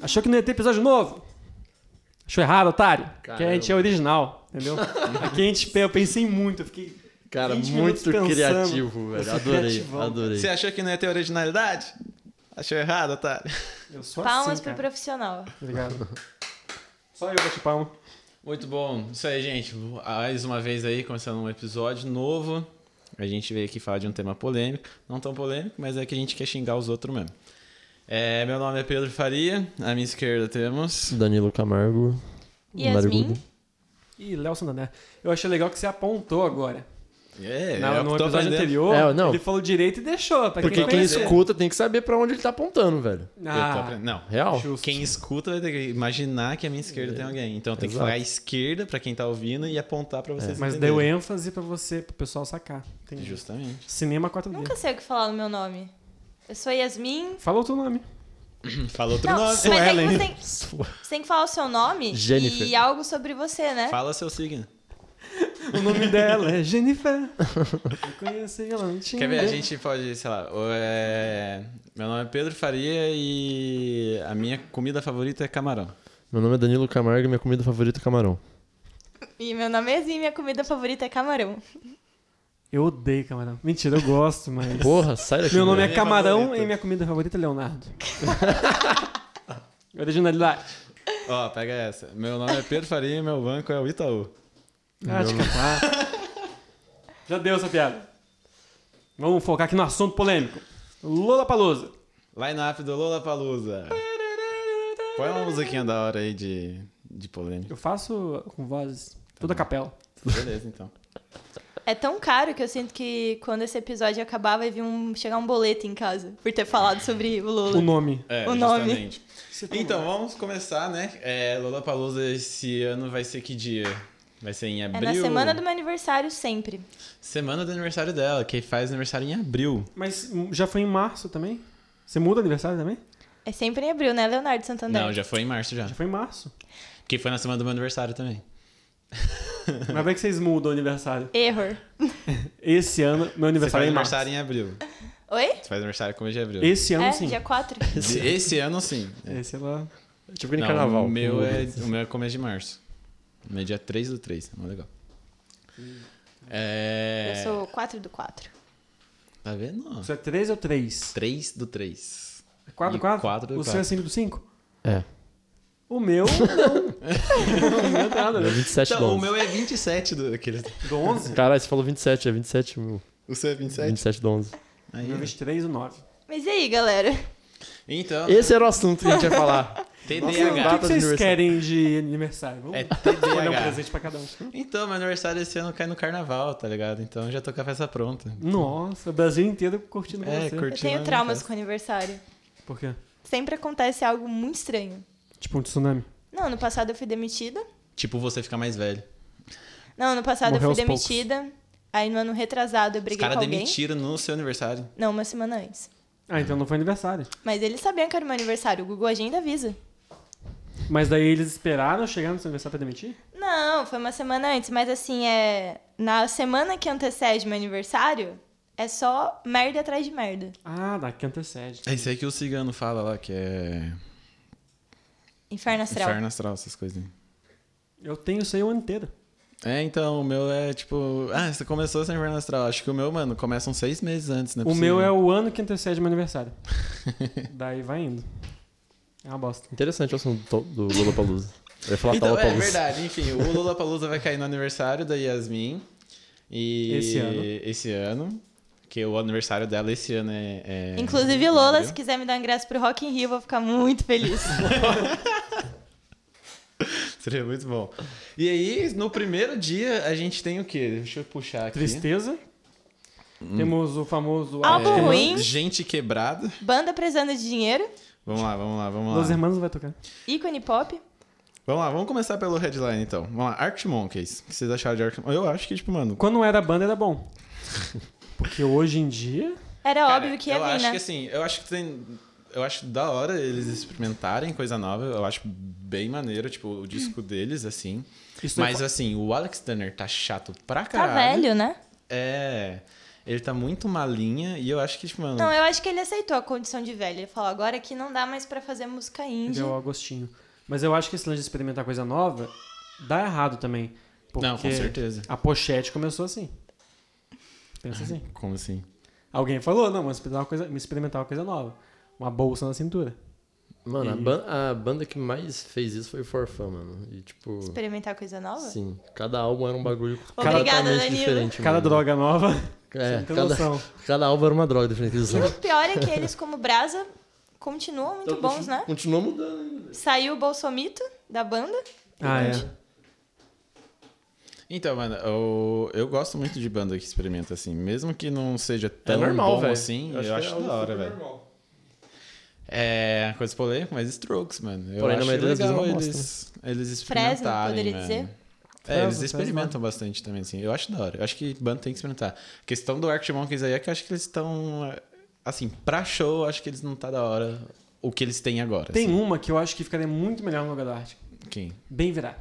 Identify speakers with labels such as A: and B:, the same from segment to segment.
A: Achou que não ia ter episódio novo? Achou errado, otário? Porque a gente é original, entendeu? Aqui a gente, eu pensei muito, eu fiquei.
B: Cara,
A: 20
B: muito
A: minutos pensando.
B: criativo, velho.
A: sou
B: Adorei,
A: criativão.
B: adorei.
C: Você achou que não ia ter originalidade? Achou errado, otário?
A: Eu sou
D: Palmas
A: assim,
D: pro
A: cara.
D: profissional.
A: Obrigado. Só eu bati palma.
C: Muito bom. Isso aí, gente. Mais uma vez aí, começando um episódio novo. A gente veio aqui falar de um tema polêmico. Não tão polêmico, mas é que a gente quer xingar os outros mesmo. É, meu nome é Pedro Faria. À minha esquerda temos...
B: Danilo Camargo.
D: Yasmin.
B: Narigudo.
A: Ih, Léo Santander. Eu achei legal que você apontou agora.
C: É,
A: Na-
C: eu
A: no
C: tô
A: episódio
C: aprendendo.
A: anterior,
B: É, não.
A: ele falou direito e deixou. Pra
B: Porque
A: quem
B: quem
A: conhecer.
B: escuta tem que saber pra onde ele tá apontando, velho.
C: Eu tô
A: Ah,
C: aprendendo. Não,
B: Real.
A: justo.
C: Quem escuta vai ter que imaginar que a minha esquerda tem alguém. Então tem que
B: Exato.
C: falar à esquerda pra quem tá ouvindo e apontar pra vocês.
A: Mas deu
C: entenderem.
A: ênfase pra você, pro pessoal sacar. Entendi.
C: Justamente.
A: Cinema 4D.
D: Nunca sei o que falar no meu nome. Eu sou Yasmin.
A: Fala outro nome.
C: Fala outro
D: Não,
C: nome.
D: mas é que você tem, você tem que falar o seu nome
B: Jennifer.
D: e algo sobre você, né?
C: Fala seu signo.
A: O nome dela é Jennifer. Eu conheci ela não tinha
C: Quer ver? A
A: ideia.
C: gente pode, sei lá. o- é, Meu nome é Pedro Faria e a minha comida favorita é camarão.
B: Meu nome é Danilo Camargo e minha comida favorita é camarão.
D: E meu nome é Yasmin, minha comida favorita é camarão.
A: Eu odeio camarão. Mentira, eu gosto, mas.
B: Porra, sai daqui.
A: Meu nome é
B: velho.
C: Minha
A: Camarão
C: favorita.
A: e minha comida favorita é Leonardo. Originalidade.
C: Ó, pega essa. Meu nome é Pedro Faria e meu banco é o Itaú.
A: Acho que Ah, Já deu essa piada. Vamos focar aqui no assunto polêmico. Lula Palusa.
C: Line-up do Lola Palusa. Põe uma musiquinha da hora aí de, de polêmica.
A: Eu faço com vozes. Toda capela.
C: Beleza, então.
D: É tão caro que eu sinto que quando esse episódio acabar vai vir um, chegar um boleto em casa por ter falado sobre o
A: O
D: Lula.
A: nome.
C: É,
D: O nome.
C: justamente. Então, vamos começar, né? É, Lollapalooza esse ano vai ser que dia? Vai ser em
D: É
C: abril?
D: na semana do meu aniversário sempre.
C: Semana do aniversário dela, que faz aniversário em abril.
A: Mas hum, já foi em março também? Você muda aniversário também?
D: É sempre em abril, né, Leonardo Santander?
C: Não, já foi em março já.
A: Já foi em março.
C: Que foi na semana do meu aniversário também.
A: Mas vai que vocês mudam o aniversário.
D: Error.
A: Esse ano, meu
C: Você faz
A: aniversário é em março.
C: aniversário em abril.
D: Oi?
C: Você faz aniversário com o de abril.
A: Esse ano
D: é,
A: um sim.
D: dia 4.
C: Esse, esse ano sim.
A: Esse é- ela.
B: Tipo em
C: Não,
B: carnaval.
C: O meu, é, o meu é começo de março. O meu é dia 3 do 3. É muito legal. É...
D: Eu sou 4 do 4.
C: Tá vendo?
A: Isso é 3 ou 3?
C: 3 do 3.
A: 4
C: E
A: 4?
C: quatro do
A: O seu
C: quatro.
A: é 5 do 5?
B: É.
A: O meu, não. o meu tá nada.
B: Meu é 27 do
C: Então, o
B: 11.
C: meu é 27 do... Aqueles...
A: Do 11?
B: Caralho, você falou 27, é 27 mil.
C: O seu é 27?
B: 27 do 11.
C: Aí,
A: Meu 23 ou 9.
D: Mas e aí, galera?
C: Então,
B: Esse era o assunto que a gente ia falar.
A: O que
C: TDAH.
A: que
B: data de
A: vocês
B: aniversário.
A: querem de aniversário? Vamos
C: É
A: dar um
C: TDAH.
A: presente pra cada um.
C: Então, meu aniversário esse ano cai no carnaval, tá ligado? Então eu já tô com a festa pronta.
A: Nossa, o Brasil inteiro curtindo com
C: É,
A: você.
D: Eu
C: curtindo. a
D: tenho
C: minha
D: traumas
C: festa.
D: com aniversário.
A: Por quê?
D: Sempre acontece algo muito estranho.
A: Tipo um tsunami.
D: Não, ano passado eu fui demitida.
C: Tipo, você ficar mais velho.
D: Não, ano passado
A: Morreu
D: eu fui
A: aos poucos.
D: demitida. Aí no ano retrasado eu
C: Os
D: briguei
C: caras
D: com alguém.
C: demitiram no seu aniversário.
D: Não, uma semana antes.
A: Ah, então não foi aniversário.
D: Mas eles sabiam que era meu aniversário. O Google Agenda avisa.
A: Mas daí eles esperaram chegar no seu aniversário pra demitir?
D: Não, foi uma semana antes. Mas assim, é... Na semana que antecede meu aniversário, é só merda atrás de merda.
A: Ah, daqui antecede.
C: É isso aí que o cigano fala lá, que é.
D: Inferno astral.
C: Inferno astral, essas coisinhas.
A: Eu tenho isso aí o ano inteiro.
C: É, então, o meu é tipo. Ah, você começou essa inferno astral. Acho que o meu, mano, começa uns seis meses antes, né?
A: o meu é o ano que antecede meu aniversário. daí vai indo. É uma bosta.
B: Interessante o assunto to- do Lollapalooza. Eu ia falar
C: Então, é
B: Lollapalooza.
C: verdade, enfim, o Lula Palusa vai cair no aniversário da Yasmin. E
A: Esse ano.
C: Esse ano. Que o aniversário dela esse ano é. é-
D: Inclusive, Lola,
C: abril.
D: se quiser me dar um ingresso pro Rock in Rio, eu vou ficar muito feliz.
C: Seria muito bom. E aí, no primeiro dia, a gente tem o quê? Hum. Deixa eu puxar aqui.
A: Tristeza. Temos o famoso
D: Álbum
A: Acho que não.
D: ruim.
C: Gente quebrada.
D: Banda precisando de dinheiro,
C: Vamos lá, vamos lá, vamos lá.
A: Los Hermanos vai tocar.
D: ícone pop.
C: Vamos lá, vamos começar pelo headline então. Vamos lá, Arctic Monkeys. O que vocês acharam de Arctic Monkeys? Eu acho que, tipo,
D: É
C: mano.
A: Quando era banda era bom. Porque hoje em dia.
D: Era
C: cara,
D: óbvio que ia
C: Eu
D: vir,
C: acho
D: né?
C: que assim, eu acho que tem. Eu acho da hora eles experimentarem coisa nova. Eu acho bem maneiro, tipo, o disco deles, assim.
A: Isso é
C: Mas assim, o Alex Turner tá chato pra
D: é Tá
C: caralho.
D: velho, né?
C: É. Ele tá muito malinha e eu acho que, tipo, mano.
D: Não, eu acho que ele aceitou a condição de velho. Ele falou, agora que não dá mais pra fazer música indie.
A: Deu o agostinho. Mas eu acho que esse lance de experimentar coisa nova dá errado também. Porque
C: Não, com certeza.
A: a pochete começou assim. Pensa assim.
C: Como assim?
A: Alguém falou, não, vamos experimentar uma coisa, vamos experimentar uma coisa nova. Uma bolsa na cintura.
B: Mano, a,
A: E-
B: ban- a banda que mais fez isso foi o Forfã, mano. E tipo.
D: Experimentar coisa nova?
B: Sim, cada álbum era um bagulho
D: Obrigada,
B: completamente
D: Danilo.
C: Tipo
B: diferente.
A: Cada
B: mano.
A: droga nova, você
B: É,
A: não tem
B: cada,
A: noção.
B: cada álbum era uma droga diferente. que eles
D: E
B: usavam.
D: o pior é que eles, como Brasa, continuam muito
B: Então,
D: bons,
B: continu-
D: né?
B: Continua mudando ainda.
D: Saiu o Bolsomito da banda.
A: Ah, é.
C: Então, mano, eu, eu gosto muito de banda que experimenta assim. Mesmo que não seja tão
B: É normal,
C: bom
B: velho.
C: assim,
B: Eu
C: eu,
B: acho que é
C: acho
B: algo
C: da hora,
B: super
C: velho. É, coisa polêmica, mas Strokes, mano. Eu
B: Porém, na
C: acho
B: maioria das
C: legal
B: vezes é uma
C: eles, eles experimentarem,
D: Fresno, poderia
C: mano.
D: dizer.
C: É, eles
A: Fresno,
C: experimentam bastante também, assim. Eu acho da hora. Eu acho que banda tem que experimentar. A questão do Arctic Monkeys aí é que eu acho que eles estão... Assim, pra show, eu acho que eles não tá da hora o que eles têm agora.
A: Tem um
C: assim.
A: uma que eu acho que ficaria muito melhor no lugar da arte.
C: Quem?
A: Bem virar.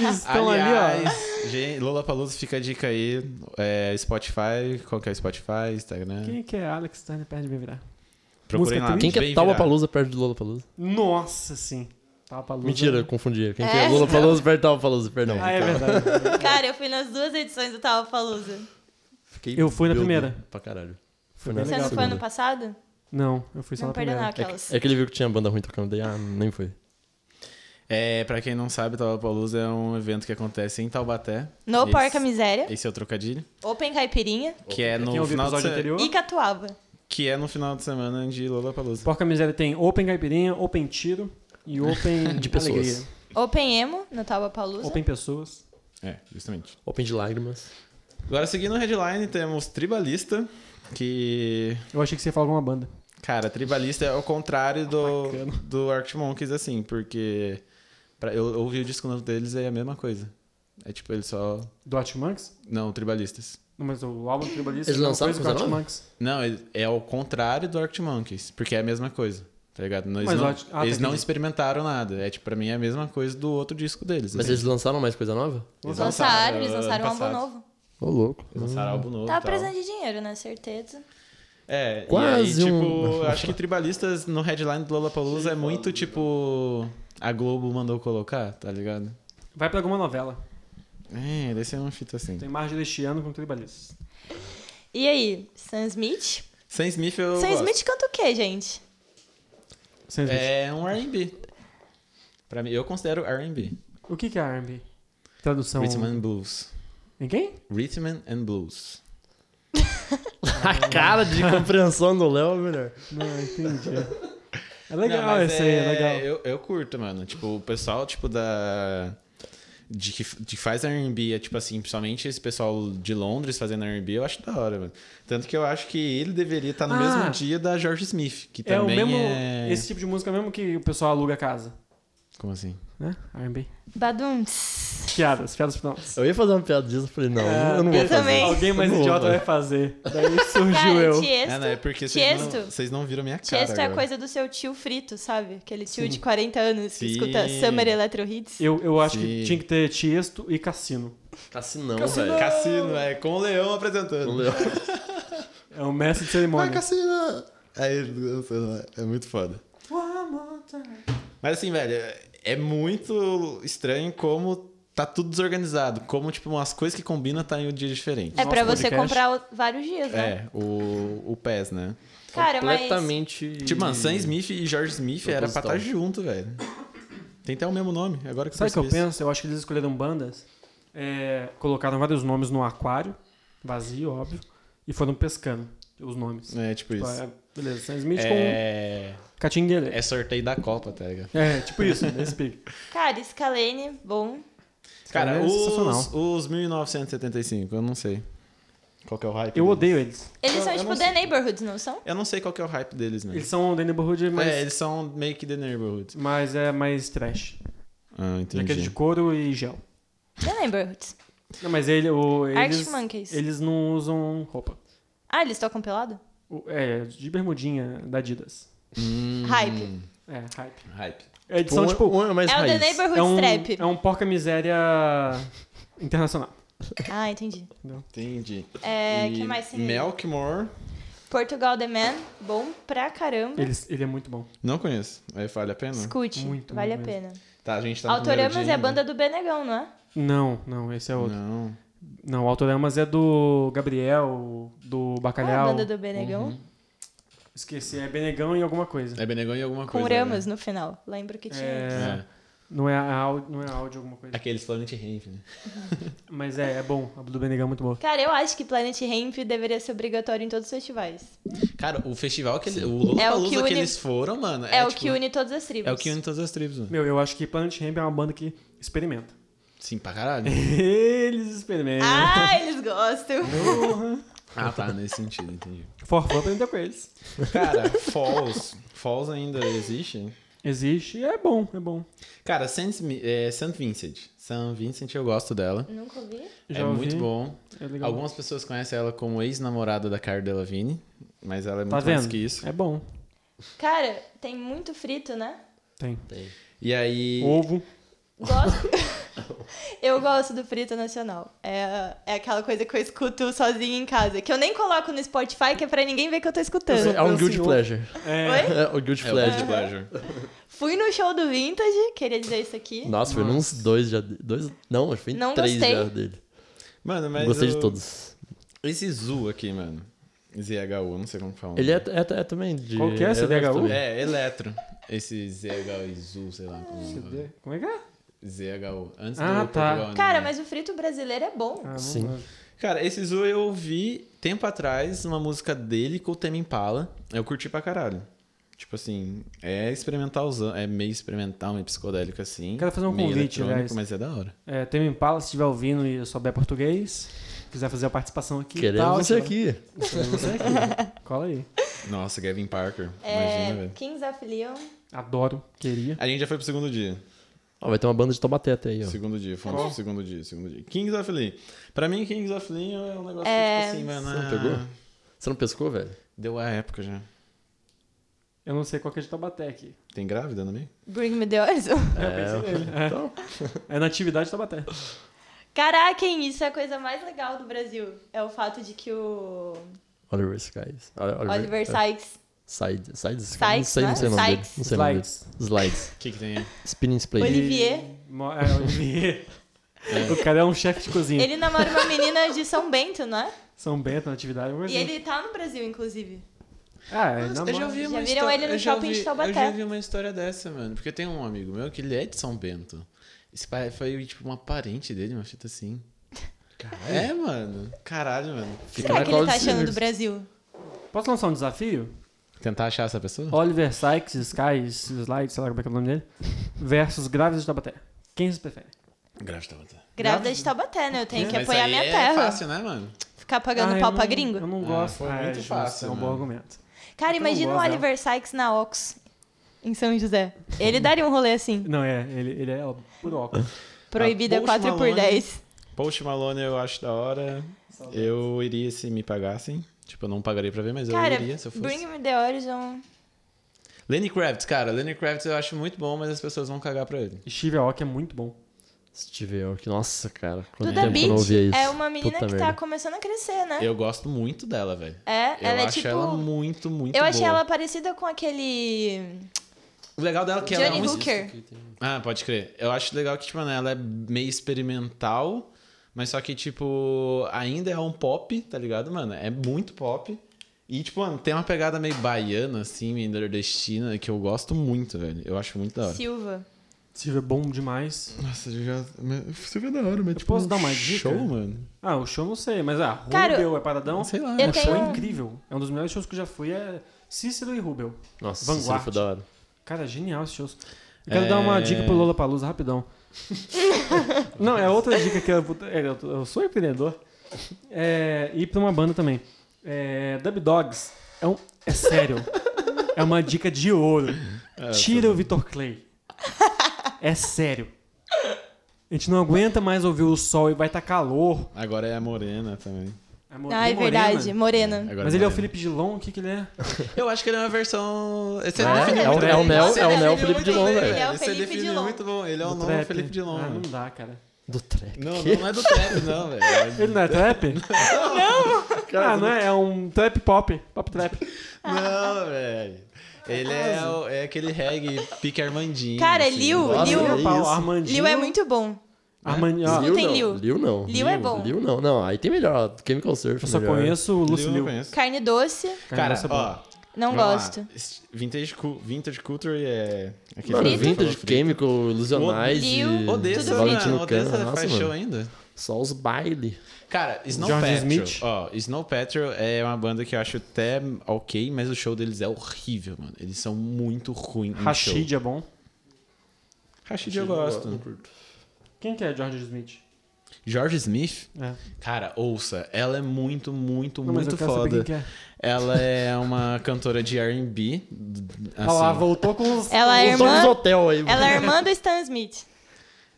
A: Eles estão ali, ó.
C: Aliás, gente, Lollapalooza fica a dica aí. É, Spotify, qual que é o Spotify, Instagram?
A: Quem que é Alex Turner perto de bem virar?
C: Procurem
A: Música
C: lá.
A: triste?
B: Quem que é
C: Bem
B: Taubapalusa perto de Lollapalooza?
A: Nossa, sim. Tava pra luz,
B: Mentira, eu
A: né?
B: confundi. Quem que
D: É?
B: é Lollapalooza perto de Taubapalusa, perdão.
A: Ah, é verdade.
D: Cara, eu fui nas duas edições do Palusa.
B: Fiquei
A: Eu fui na
B: beudo
A: primeira.
B: Pra caralho.
A: Foi bem
B: Você
D: Você
A: legal.
D: não foi ano passado?
A: Não, eu fui só
D: Não
A: na
D: perdeu
A: primeira.
D: não, aquelas.
B: É que ele viu que tinha banda ruim tocando, daí, ah, nem foi.
C: É, pra quem não sabe, Taubapalusa é um evento que acontece em Taubaté.
D: No
C: Esse-
D: Porca Miséria,
C: Esse é o trocadilho.
D: Open Caipirinha
C: Que é,
A: Quem
C: no
A: ouviu o
C: final de
A: episódio
C: se...
A: anterior?
D: e Catuaba.
C: que é no final de semana de Lollapalooza.
A: Porca Miséria tem Open Caipirinha, Open Tiro e Open
B: De pessoas.
A: Alegria.
D: Open Emo no Palusa.
A: Open Pessoas.
C: É, justamente.
B: Open de lágrimas.
C: Agora, seguindo o headline, temos Tribalista, que...
A: Eu achei que você ia falar alguma banda.
C: Cara, Tribalista é o contrário do,
A: Bacana.
C: do Arctic Monkeys, assim, porque pra, eu, eu ouvi o disco novo deles é a mesma coisa. É tipo, eles só...
A: Do Monks?
C: Não, Tribalistas.
A: Não, mas o álbum Tribalista é
B: Eles
A: uma
B: lançaram
A: coisa
B: com
A: que o Arctic
B: 19?
A: Monkeys.
C: Não, ele- é o contrário do Arctic Monkeys, porque é a mesma coisa, tá ligado? Não, Eles
A: Mas
C: não,
A: o Arctic- ah, tá,
C: eles não
A: entendi.
C: experimentaram nada. É tipo, pra mim é a mesma coisa do outro disco deles.
B: Mas
C: assim.
B: eles lançaram mais coisa nova?
C: Eles
D: Lançaram, eles
C: lançaram é,
D: lançaram um álbum
C: passado. Então.
D: novo. Tá
B: Ô, louco.
C: Eles lançaram álbum novo. e
D: Tava
C: tal.
D: precisando de dinheiro, né? Certeza.
C: É,
B: Quase
C: e aí,
B: um-
C: tipo, eu acho que tribalistas no headline do Lollapalooza é muito tipo a Globo mandou colocar, tá ligado?
A: Vai pra alguma novela.
C: É, deve ser uma fita assim.
A: Tem Marge deste ano com Tribalistas.
D: E aí, Sam Smith?
C: Sam Smith eu
D: Sam
C: gosto.
D: Smith canta o quê, gente?
A: Sam Smith.
C: é um R&B. Pra mim, eu considero R&B.
A: O que que é R&B?
B: Então-
A: Tradução...
C: Rhythm and Blues.
A: Em quem?
C: Rhythm and Blues.
B: A cara de compreensão do Léo é melhor.
A: Não, entendi. É
C: Não,
A: legal
C: mas
A: esse aí, é
C: é-
A: legal.
C: Eu, eu curto, mano. Tipo, o pessoal, tipo, da. De que, de que faz R&B, é tipo assim, principalmente esse pessoal de Londres fazendo R&B, eu acho da hora, mano. Tanto que eu acho que ele deveria estar no
A: Ah.
C: mesmo dia da George Smith, que
A: É o
C: também
A: mesmo...
C: é...
A: Esse tipo de música é o mesmo que o pessoal aluga a casa.
C: Como assim?
A: Né? R&B.
D: Badums.
A: Piadas, piadas prontas.
B: Eu ia fazer uma piada disso, eu falei, não, eu não vou
D: eu
B: fazer.
D: também.
A: Alguém mais
B: Não,
A: idiota
B: velho.
A: vai fazer. Daí É. surgiu
D: Cara,
A: eu.
D: Tiesto.
C: Ah, não, é porque vocês não,
D: Tiesto.
C: vocês não viram minha cara
D: Tiesto é a
C: agora.
D: coisa do seu tio frito, sabe? Aquele tio de 40 anos que
C: Sim.
D: escuta Summer Electro Hits.
A: Eu, eu acho
C: Sim.
A: que tinha que ter Tiesto e Cassino.
B: Cassinão,
C: Cassino.
B: velho.
C: Cassino, é, com o Leão apresentando.
B: O Léo.
A: É o mestre de
C: Vai,
A: cerimônia.
C: Cassino! Aí ele dançando, né? é muito foda.
A: One more time.
C: Mas assim, velho, é muito estranho como tá tudo desorganizado. Como, tipo, umas coisas que combinam tá em um dia diferente.
D: É pra
A: Nosso
D: você
A: podcast.
D: comprar o- vários dias, né?
C: É, o, o PES, né?
D: Cara, mas.
B: completamente...
C: Tipo, mano, Sam Smith e George Smith era pra
B: Proposital.
C: estar junto, velho. Tem até o mesmo nome, agora que eu
A: Sabe o que eu
C: percebi isso.
A: penso? Eu acho que eles escolheram bandas, é, colocaram vários nomes no aquário, vazio, óbvio, e foram pescando os nomes.
C: É, tipo
A: Tipo,
C: isso.
A: é, beleza, Sam Smith
C: É...
A: com Catinguele.
C: é sorteio da Copa, tá ligado?
A: É, tipo isso, nesse pique.
D: Cara, Scalene, bom.
A: cara
C: Cara,
A: é
C: os,
A: sensacional.
C: os 1975, eu não sei. Qual que é o hype?
A: Eu
C: deles.
A: odeio eles.
D: Eles
C: Eu-
D: são
C: eu
D: tipo
C: não
D: The Neighborhoods, não são?
C: Eu não sei qual que é o hype deles, né?
A: Eles são The Neighborhood, mas
C: É, eles são meio que The Neighborhood.
A: mas é mais trash.
C: Ah,
A: Jaqueta de
C: entendi.
A: couro e gel.
D: The Neighborhoods.
A: Não, mas ele, o,
D: Arctic
A: eles,
D: Monkeys.
A: eles não usam roupa.
D: Ah, eles tocam pelado?
A: O- É, de bermudinha da Adidas.
C: Hum,
D: Hype.
A: É, hype.
C: Hype.
A: É, Eles são, tipo,
B: um é mais
D: É o The
B: raiz.
D: Neighborhood
A: é um,
D: Trap.
A: é um porca-miséria internacional.
D: Ah, entendi.
C: Entendi.
D: É,
C: E
D: que mais tem aí?
C: Melkmore,
D: Portugal The Man, bom pra caramba.
A: Ele, ele é muito bom.
C: não conheço. Aí vale a pena?
D: Escute,
A: Muito,
D: vale
A: muito
D: a pena.
C: Tá, a gente tá no primeiro
D: Autoramas
C: dia
D: é a
C: ainda.
D: banda do Benegão, não é?
A: Não, não, esse é outro.
C: Não.
A: Não, o Autoramas é do Gabriel, do
D: Qual é a
A: Bacalhau.
D: banda do
B: Uhum.
D: Benegão?
C: Uhum,
A: Esqueci, é Benegão e alguma coisa.
C: É Benegão e alguma
D: Com
C: coisa.
D: Ramas no final. Lembro que tinha.
A: É,
C: Né?
A: Não, é áudio, não é áudio alguma
C: É.
A: coisa.
C: Aquele Planet Ramp, né?
A: Mas é, é bom. A do Benegão é muito boa.
D: Cara, eu acho que Planet Ramp deveria ser obrigatório em todos os festivais.
C: Cara, o festival que eles. O Lula
D: É o
C: Palusa
D: que
C: que,
D: une-
C: eles foram, mano.
D: É, o
C: tipo,
D: que une todas as tribos.
C: É o que une todas as tribos, mano.
A: Meu, eu acho que Planet Ramp é uma banda que experimenta.
C: Sim, pra caralho.
A: Eles experimentam.
D: Ah, eles gostam.
C: ah, tá, nesse sentido, entendi.
A: Forfã aprendeu com eles.
C: Cara, Falls. Falls ainda existe?
A: Existe e é bom, é bom.
C: Cara, Saint, Mi- é, Saint Vincent. Saint Vincent eu gosto dela.
D: Nunca ouvi.
A: Já
C: é
A: ouvi,
C: muito bom.
A: É legal.
C: Algumas pessoas conhecem ela como ex-namorada da Cara Delevingne, mas ela é
A: Tá
C: muito mais
A: vendo?
C: que isso.
A: É bom.
D: Cara, tem muito frito, né?
A: Tem.
C: E aí.
A: Ovo.
D: Gosto. eu gosto do frito nacional. É, é aquela coisa que eu escuto sozinha em casa. Que eu nem coloco no Spotify, que é pra ninguém ver que eu tô escutando.
B: É um Guild
A: senhor.
B: Pleasure.
A: É,
D: Oi?
B: É o Guild
C: É o Guilty
B: Pleasure.
C: Pleasure.
D: Fui no show do Vintage, queria dizer isso aqui.
B: Nossa, foi uns dois já. de- Dois? Não, acho que foi
D: Não
B: três
D: gostei.
B: já dele.
C: Mano, mas.
B: gostei
C: eu-
B: de todos.
C: Esse Zu aqui, mano. ZHU, não sei como que fala.
B: Ele é, é- é também de.
A: Qual que é esse
B: eletro
A: DHU?
B: também.
C: É, Eletro. Esse ZHU e Zu, sei lá. Como fala.
A: Cadê? Como é que
B: Ah,
A: é?
C: ZHU. Antes
A: Ah,
C: do
A: tá.
C: Portugal, né?
D: Cara, mas o frito brasileiro é bom.
A: Ah, vamos
B: Sim.
A: lá.
C: Cara, esse Zu eu ouvi tempo atrás uma música dele com o Tema Impala. Eu curti pra caralho. Tipo assim, é experimentalzão, é meio experimental, meio psicodélico assim.
A: Quero fazer um
C: meio
A: convite,
C: eletrônico,
A: aliás.
C: Mas é da hora.
A: É, tem um Impala, se estiver ouvindo e souber português, quiser fazer a participação aqui. e
B: Queremos
A: tal,
B: você
A: sei lá.
B: aqui.
A: Queremos você aqui. Cola aí.
C: Nossa, Gavin Parker.
D: É,
C: Imagina, velho.
D: Kings of Leon.
A: Adoro, queria.
C: A gente já foi pro segundo dia.
B: Ó, vai ter uma banda de Taubaté até aí, ó.
C: Segundo dia, fomos pro segundo dia, segundo dia. Kings of Leon. Pra mim, Kings of Leon é um negócio
D: É,
C: que, tipo assim, mano.
B: você não
C: ah,
B: pegou? Você não pescou, velho?
C: Deu a época já.
A: Eu não sei qual que é de Taubaté aqui.
C: Tem grávida no meio?
D: Bring Me The Horizon.
A: Eu pensei nele. É,
B: Então,
A: é natividade de Taubaté.
D: Caraca, hein, isso é a coisa mais legal do Brasil. É o fato de que o
B: Oliver Skies. Ol-
D: Oliver
B: é,
D: Sykes...
B: Side. Side Skies? Não
D: Sykes,
B: sei, não
D: né?
B: sei o nome dele.
D: Sykes.
B: Não sei o nome dele.
A: Slides.
B: Slides.
C: O que, que tem aí?
B: Spinning Splay.
D: Oli- Olivier.
A: E- Mo- É, Olivier. O cara é um chefe de cozinha.
D: Ele namora uma menina de São Bento, não é?
A: São Bento, natividade. alguma
D: E
C: é.
A: coisa assim.
D: ele tá no Brasil, inclusive.
A: Ah, é,
C: Nossa,
A: namora.
C: eu já vi
D: Já
C: uma
D: viram
C: histó-
D: ele no
C: eu já
D: shopping de
C: vi-
D: Taubaté.
C: Eu já vi uma história dessa, mano. Porque tem um amigo meu que ele é de São Bento. Esse pai foi, tipo, uma parente dele, uma fita assim. É, mano. Caralho, mano.
B: Fica
D: Será
B: na
D: que
B: cola
D: ele tá
B: dos
D: achando do
B: livros.
D: Brasil?
A: Posso lançar um desafio?
C: Tentar achar essa pessoa?
A: Oliver Sykes, Skies, Slides, sei lá como é que é o nome dele, versus Graves de Taubaté. Quem vocês preferem?
C: Grávida Taubaté.
D: Grávida de Taubaté, né? Eu tenho que
C: Mas
D: apoiar
C: aí
D: minha
C: é
D: terra.
C: fácil, né, mano?
D: Ficar pagando
A: Ah,
D: pau
A: eu
D: pra
A: não-
D: gringo.
A: Eu não
C: Ah,
A: gosto.
C: foi muito
A: justo,
C: fácil, né?
A: É um bom
C: mano.
A: argumento.
D: Cara,
A: Então,
D: imagina o
A: boa,
D: Oliver Sykes na Ox, em São José. Ele daria um rolê assim,
A: Não, é, ele, ele é ó, por óculos.
D: proibida
C: Post
D: 4 por
C: Malone.
D: 10
C: Post Malone eu acho da hora. Eu iria se me pagassem. Tipo, eu não pagaria pra ver, mas
D: Cara,
C: eu iria se eu fosse.
D: Bring Me The Horizon.
C: Lenny Kravitz, cara. Lenny Kravitz eu acho muito bom, mas as pessoas vão cagar pra ele.
A: E Steve Aoki é muito bom.
B: Steve Aoki. Nossa, cara. Quanto
D: Duda
B: tempo que eu não
D: Beat
B: ouvia isso.
D: é uma menina
B: Puta
D: que tá
B: merda.
D: começando a crescer, né?
C: Eu gosto muito dela, velho.
D: É,
C: Eu
D: ela é
C: acho
D: tipo...
C: ela muito, muito
D: eu achei
C: boa.
D: ela parecida com aquele...
C: O legal dela é que ela é
D: Johnny
C: muito
D: Hooker.
C: Ah, pode crer. Eu acho legal que, tipo, né, ela é meio experimental, mas só que, tipo, ainda é um pop, tá ligado, mano? É muito pop. E, tipo, mano, tem uma pegada meio baiana, assim, meio nordestina, que eu gosto muito, velho. Eu acho muito da
B: Ah.
C: hora.
D: Silva.
A: Steve é bom demais.
C: Nossa, eu já... Você vê da hora, mas,
A: Eu tipo, posso dar uma dica?
C: Show, mano.
A: Ah, o show não sei, mas ah, Rubel
D: Cara,
A: é paradão.
C: Sei lá.
A: É
D: Eu
A: um show
D: tenho-
A: incrível. É um dos melhores shows que eu já fui, é Cícero e Rubel.
B: Nossa,
A: Vanguard.
B: Vanguard. foi da hora.
A: Cara, é genial esses shows. Eu quero
C: É.
A: dar uma dica pro Lola Palusa rapidão. não, é outra dica que eu, é, eu, eu sou empreendedor. É, e pra uma banda também. É, Dub Dogs é, um, é sério. é uma dica de ouro.
C: É,
A: Tira o Vitor Clay. É sério. A gente não aguenta mais ouvir o sol e vai estar calor.
C: Agora é a Morena também.
A: A Mo-
D: Ah, é
A: Morena.
D: verdade. Morena.
C: Agora
A: Mas ele é o
C: Morena.
A: Felipe Dilon, o que, que ele é?
C: Eu acho que ele é uma versão... Esse
B: É,
C: definido
B: é o-
C: muito
B: é o
C: bem.
B: Nel-
C: Você
B: é o Nel
C: definiu
B: Felipe
C: muito
B: Dilon,
C: bem,
B: velho.
D: Ele é o
C: Você
D: Felipe
C: definiu
D: Dilon.
C: muito bom. Ele é o
A: Do
C: novo
A: trap.
C: Felipe Dilon,
A: Ah,
C: mano.
A: não dá, cara.
B: Do trap.
C: Não, não, não é do trap, não, velho.
A: Ele não é trap? ah, não é? É um trap pop. Pop trap.
C: Não, velho. Ele é, o- é aquele reggae pique Armandinho.
D: Cara,
C: assim.
D: Lil,
B: Nossa,
D: Lil,
B: é
A: Olha pau,
B: isso.
C: um
A: Armandinho.
D: Lil é muito bom.
A: Armandinho,
C: é
A: ó,
D: Escutem
B: não.
D: Liu.
B: Liu não.
D: Liu é bom.
B: Liu não. Não, aí tem melhor. ó, Chemical Surf.
A: eu só
B: melhor.
A: conheço o Lucy
C: Lil é eu
A: Liu.
C: conheço.
D: Carne doce,
C: Cara,
A: essa é boa.
C: ó.
D: não
C: vamos lá.
D: gosto.
C: Est- Vintage, cu- vintage Culture é... Aquele
B: Mano,
D: Frito.
B: Vintage,
C: Frito.
B: Chemical, Illusionize,
D: Liu,
C: Odessa,
D: Tudo
C: mano.
D: frito.
B: Valentino
C: Odessa
B: Cana. Nossa,
C: faz show
B: mano.
C: ainda.
B: Só os baile.
C: Cara, Snow
A: George
C: Patrol.
A: Smith.
C: Ó, Snow Patrol é uma banda que eu acho até ok, mas o show deles é horrível, mano. Eles são muito ruins em
A: Rashid
C: show.
A: é bom.
C: Rashid eu gosto.
A: Quem que é George Smith?
C: George Smith,
A: É.
C: cara, ouça, ela é muito, muito,
A: Não, mas
C: muito
A: eu quero saber quem
C: foda.
A: que é.
C: Ela é uma cantora de R&B.
A: Olha lá,
C: Assim,
A: voltou com os...
D: Ela é
B: Só nos
D: irmã,
B: hotel aí.
D: ela é irmã do Stan Smith.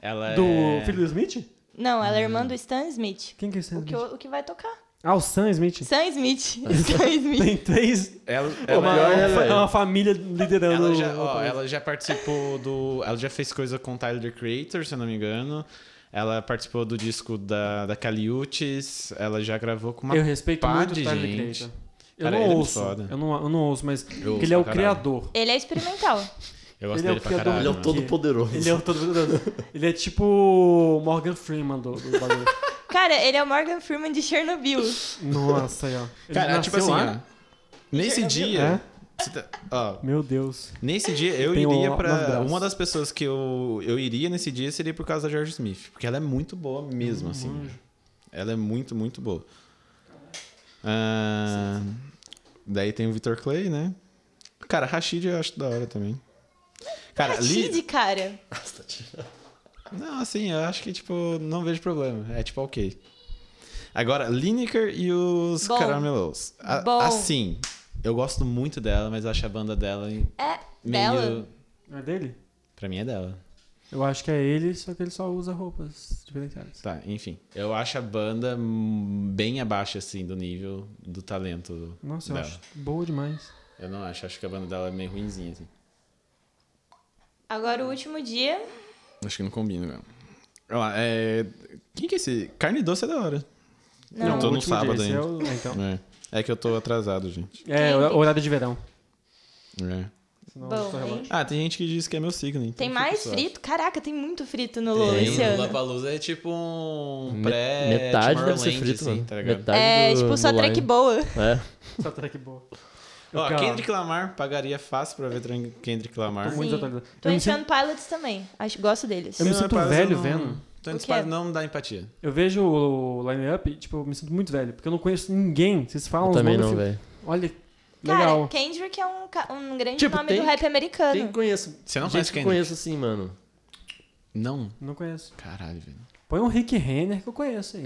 C: ela
A: Do
C: é...
A: filho do Smith?
D: Não, ela é irmã do Stan Smith.
A: Quem que é o Sam
D: O que,
A: Smith?
D: o que vai tocar?
A: Ah, o Sam Smith.
D: Sam Smith. Sam Smith.
A: Tem três...
C: Ela,
A: É
C: ela-
A: uma,
B: pior, né,
A: uma fa-
B: velho?
A: uma família liderando...
C: Ela já, ó,
A: o-
C: ela é já participou do. Ela já fez coisa com Tyler the Creator, se eu não me engano. Ela participou do disco da, da Caliutes. Ela já gravou com uma.
A: Eu respeito
C: pá
A: muito o
C: de
A: Tyler the
C: gente.
A: Creator. Eu
C: Cara,
A: não
C: ele é muito
A: ouço.
C: foda.
A: eu, não, eu não ouço, mas
C: Eu
A: que ele
C: ouço
A: é o
C: pra caralho.
A: criador.
D: Ele é experimental.
C: Eu gosto
A: ele é o
C: dele pra
A: criador.
C: caralho.
B: Ele é o
C: mano.
B: todo poderoso.
A: Ele é o todo Ele é tipo o Morgan Freeman do, do bagulho.
D: Cara, ele é o Morgan Freeman de Chernobyl.
A: Nossa, aí, ó. Ele
C: Cara, é tipo assim,
A: nasceu lá?
C: ó, Nesse dia. você tá- ó,
A: Meu Deus.
C: nesse dia, eu
A: Tem o-
C: iria
A: nas
C: pra.
A: graças.
C: Uma das pessoas que eu, eu iria nesse dia seria por causa da George Smith. Porque ela é muito boa mesmo, assim. Ela é muito, muito boa. Ah, daí tem o Victor Clay, né? Cara, Rashid eu acho da hora também. Cara,
D: Rashid,
C: Li...
D: cara.
C: Não, assim, eu acho que, tipo, não vejo problema. É tipo, ok. Agora, Lineker e os
D: Bom.
C: Caramelos. A-
D: Bom.
C: Assim, eu gosto muito dela, mas eu acho a banda dela em-
D: É
C: meio...
D: dela.
A: Não é dele?
C: Pra mim é dela.
A: Eu acho que é ele, só que ele só usa roupas diferenciadas.
C: Tá, enfim. Eu acho a banda hum, bem abaixo, assim, do nível do talento
A: Nossa, eu
C: dela.
A: acho boa demais.
C: Eu não acho, acho que a banda dela é meio ruinzinha, assim.
D: Agora o último dia.
C: Acho que não combina mesmo. Olha lá, é... Quem que é esse? Carne doce é da hora.
D: Não.
C: Eu tô
A: o
C: no
A: último
C: sábado
A: esse
C: ainda.
A: É, o- é, então.
C: É. É que eu tô atrasado, gente.
A: É, hor- horário de verão.
C: É.
A: Senão eu
D: Bom,
A: tô
D: hein?
A: relógio.
C: Ah, tem gente que diz que é meu signo, então
D: Tem
C: fica
D: mais
C: suave.
D: frito? Caraca, tem muito frito no Lula esse
C: Tem, o
D: ano.
C: Lapalusa é tipo um
B: Me-
C: pré
B: Metade deve ser
C: Tomorrowland,
B: frito,
C: assim,
B: mano.
C: tá ligado?
B: Metade
D: É,
B: do-
D: tipo, só
B: do
D: track
B: line.
D: boa.
B: É.
A: Só track boa. Eu
C: Ó,
A: quero-
C: Kendrick Lamar, pagaria fácil pra ver tran- Kendrick Lamar.
A: Tô muito
D: Sim.
A: desatualizado.
D: Tô
A: Eu me sinto-
D: enchendo pilots também. Acho, gosto deles.
A: Eu me
C: Não,
A: sinto um
C: Lapalusa
A: velho
C: não-
A: vendo.
C: Tô
D: O
C: inspirado,
D: quê?
C: não dá empatia.
A: Eu vejo o line-up e, tipo, eu me sinto muito velho, porque eu não conheço ninguém. Vocês falam
B: Eu
A: os
B: também
A: nomes,
B: não,
A: eu
B: velho.
A: fico, Olha,
D: Cara,
A: legal.
D: Kendrick é um, ca- um grande
B: Tipo,
D: nome
B: tem-
D: do rap americano.
B: Quem conheço?
C: Você não conhece
B: Gente que
C: Kendrick?
B: conheço assim, mano.
C: Não.
A: Não conheço.
C: Caralho, velho.
A: Põe um Rick Renner que eu conheço aí.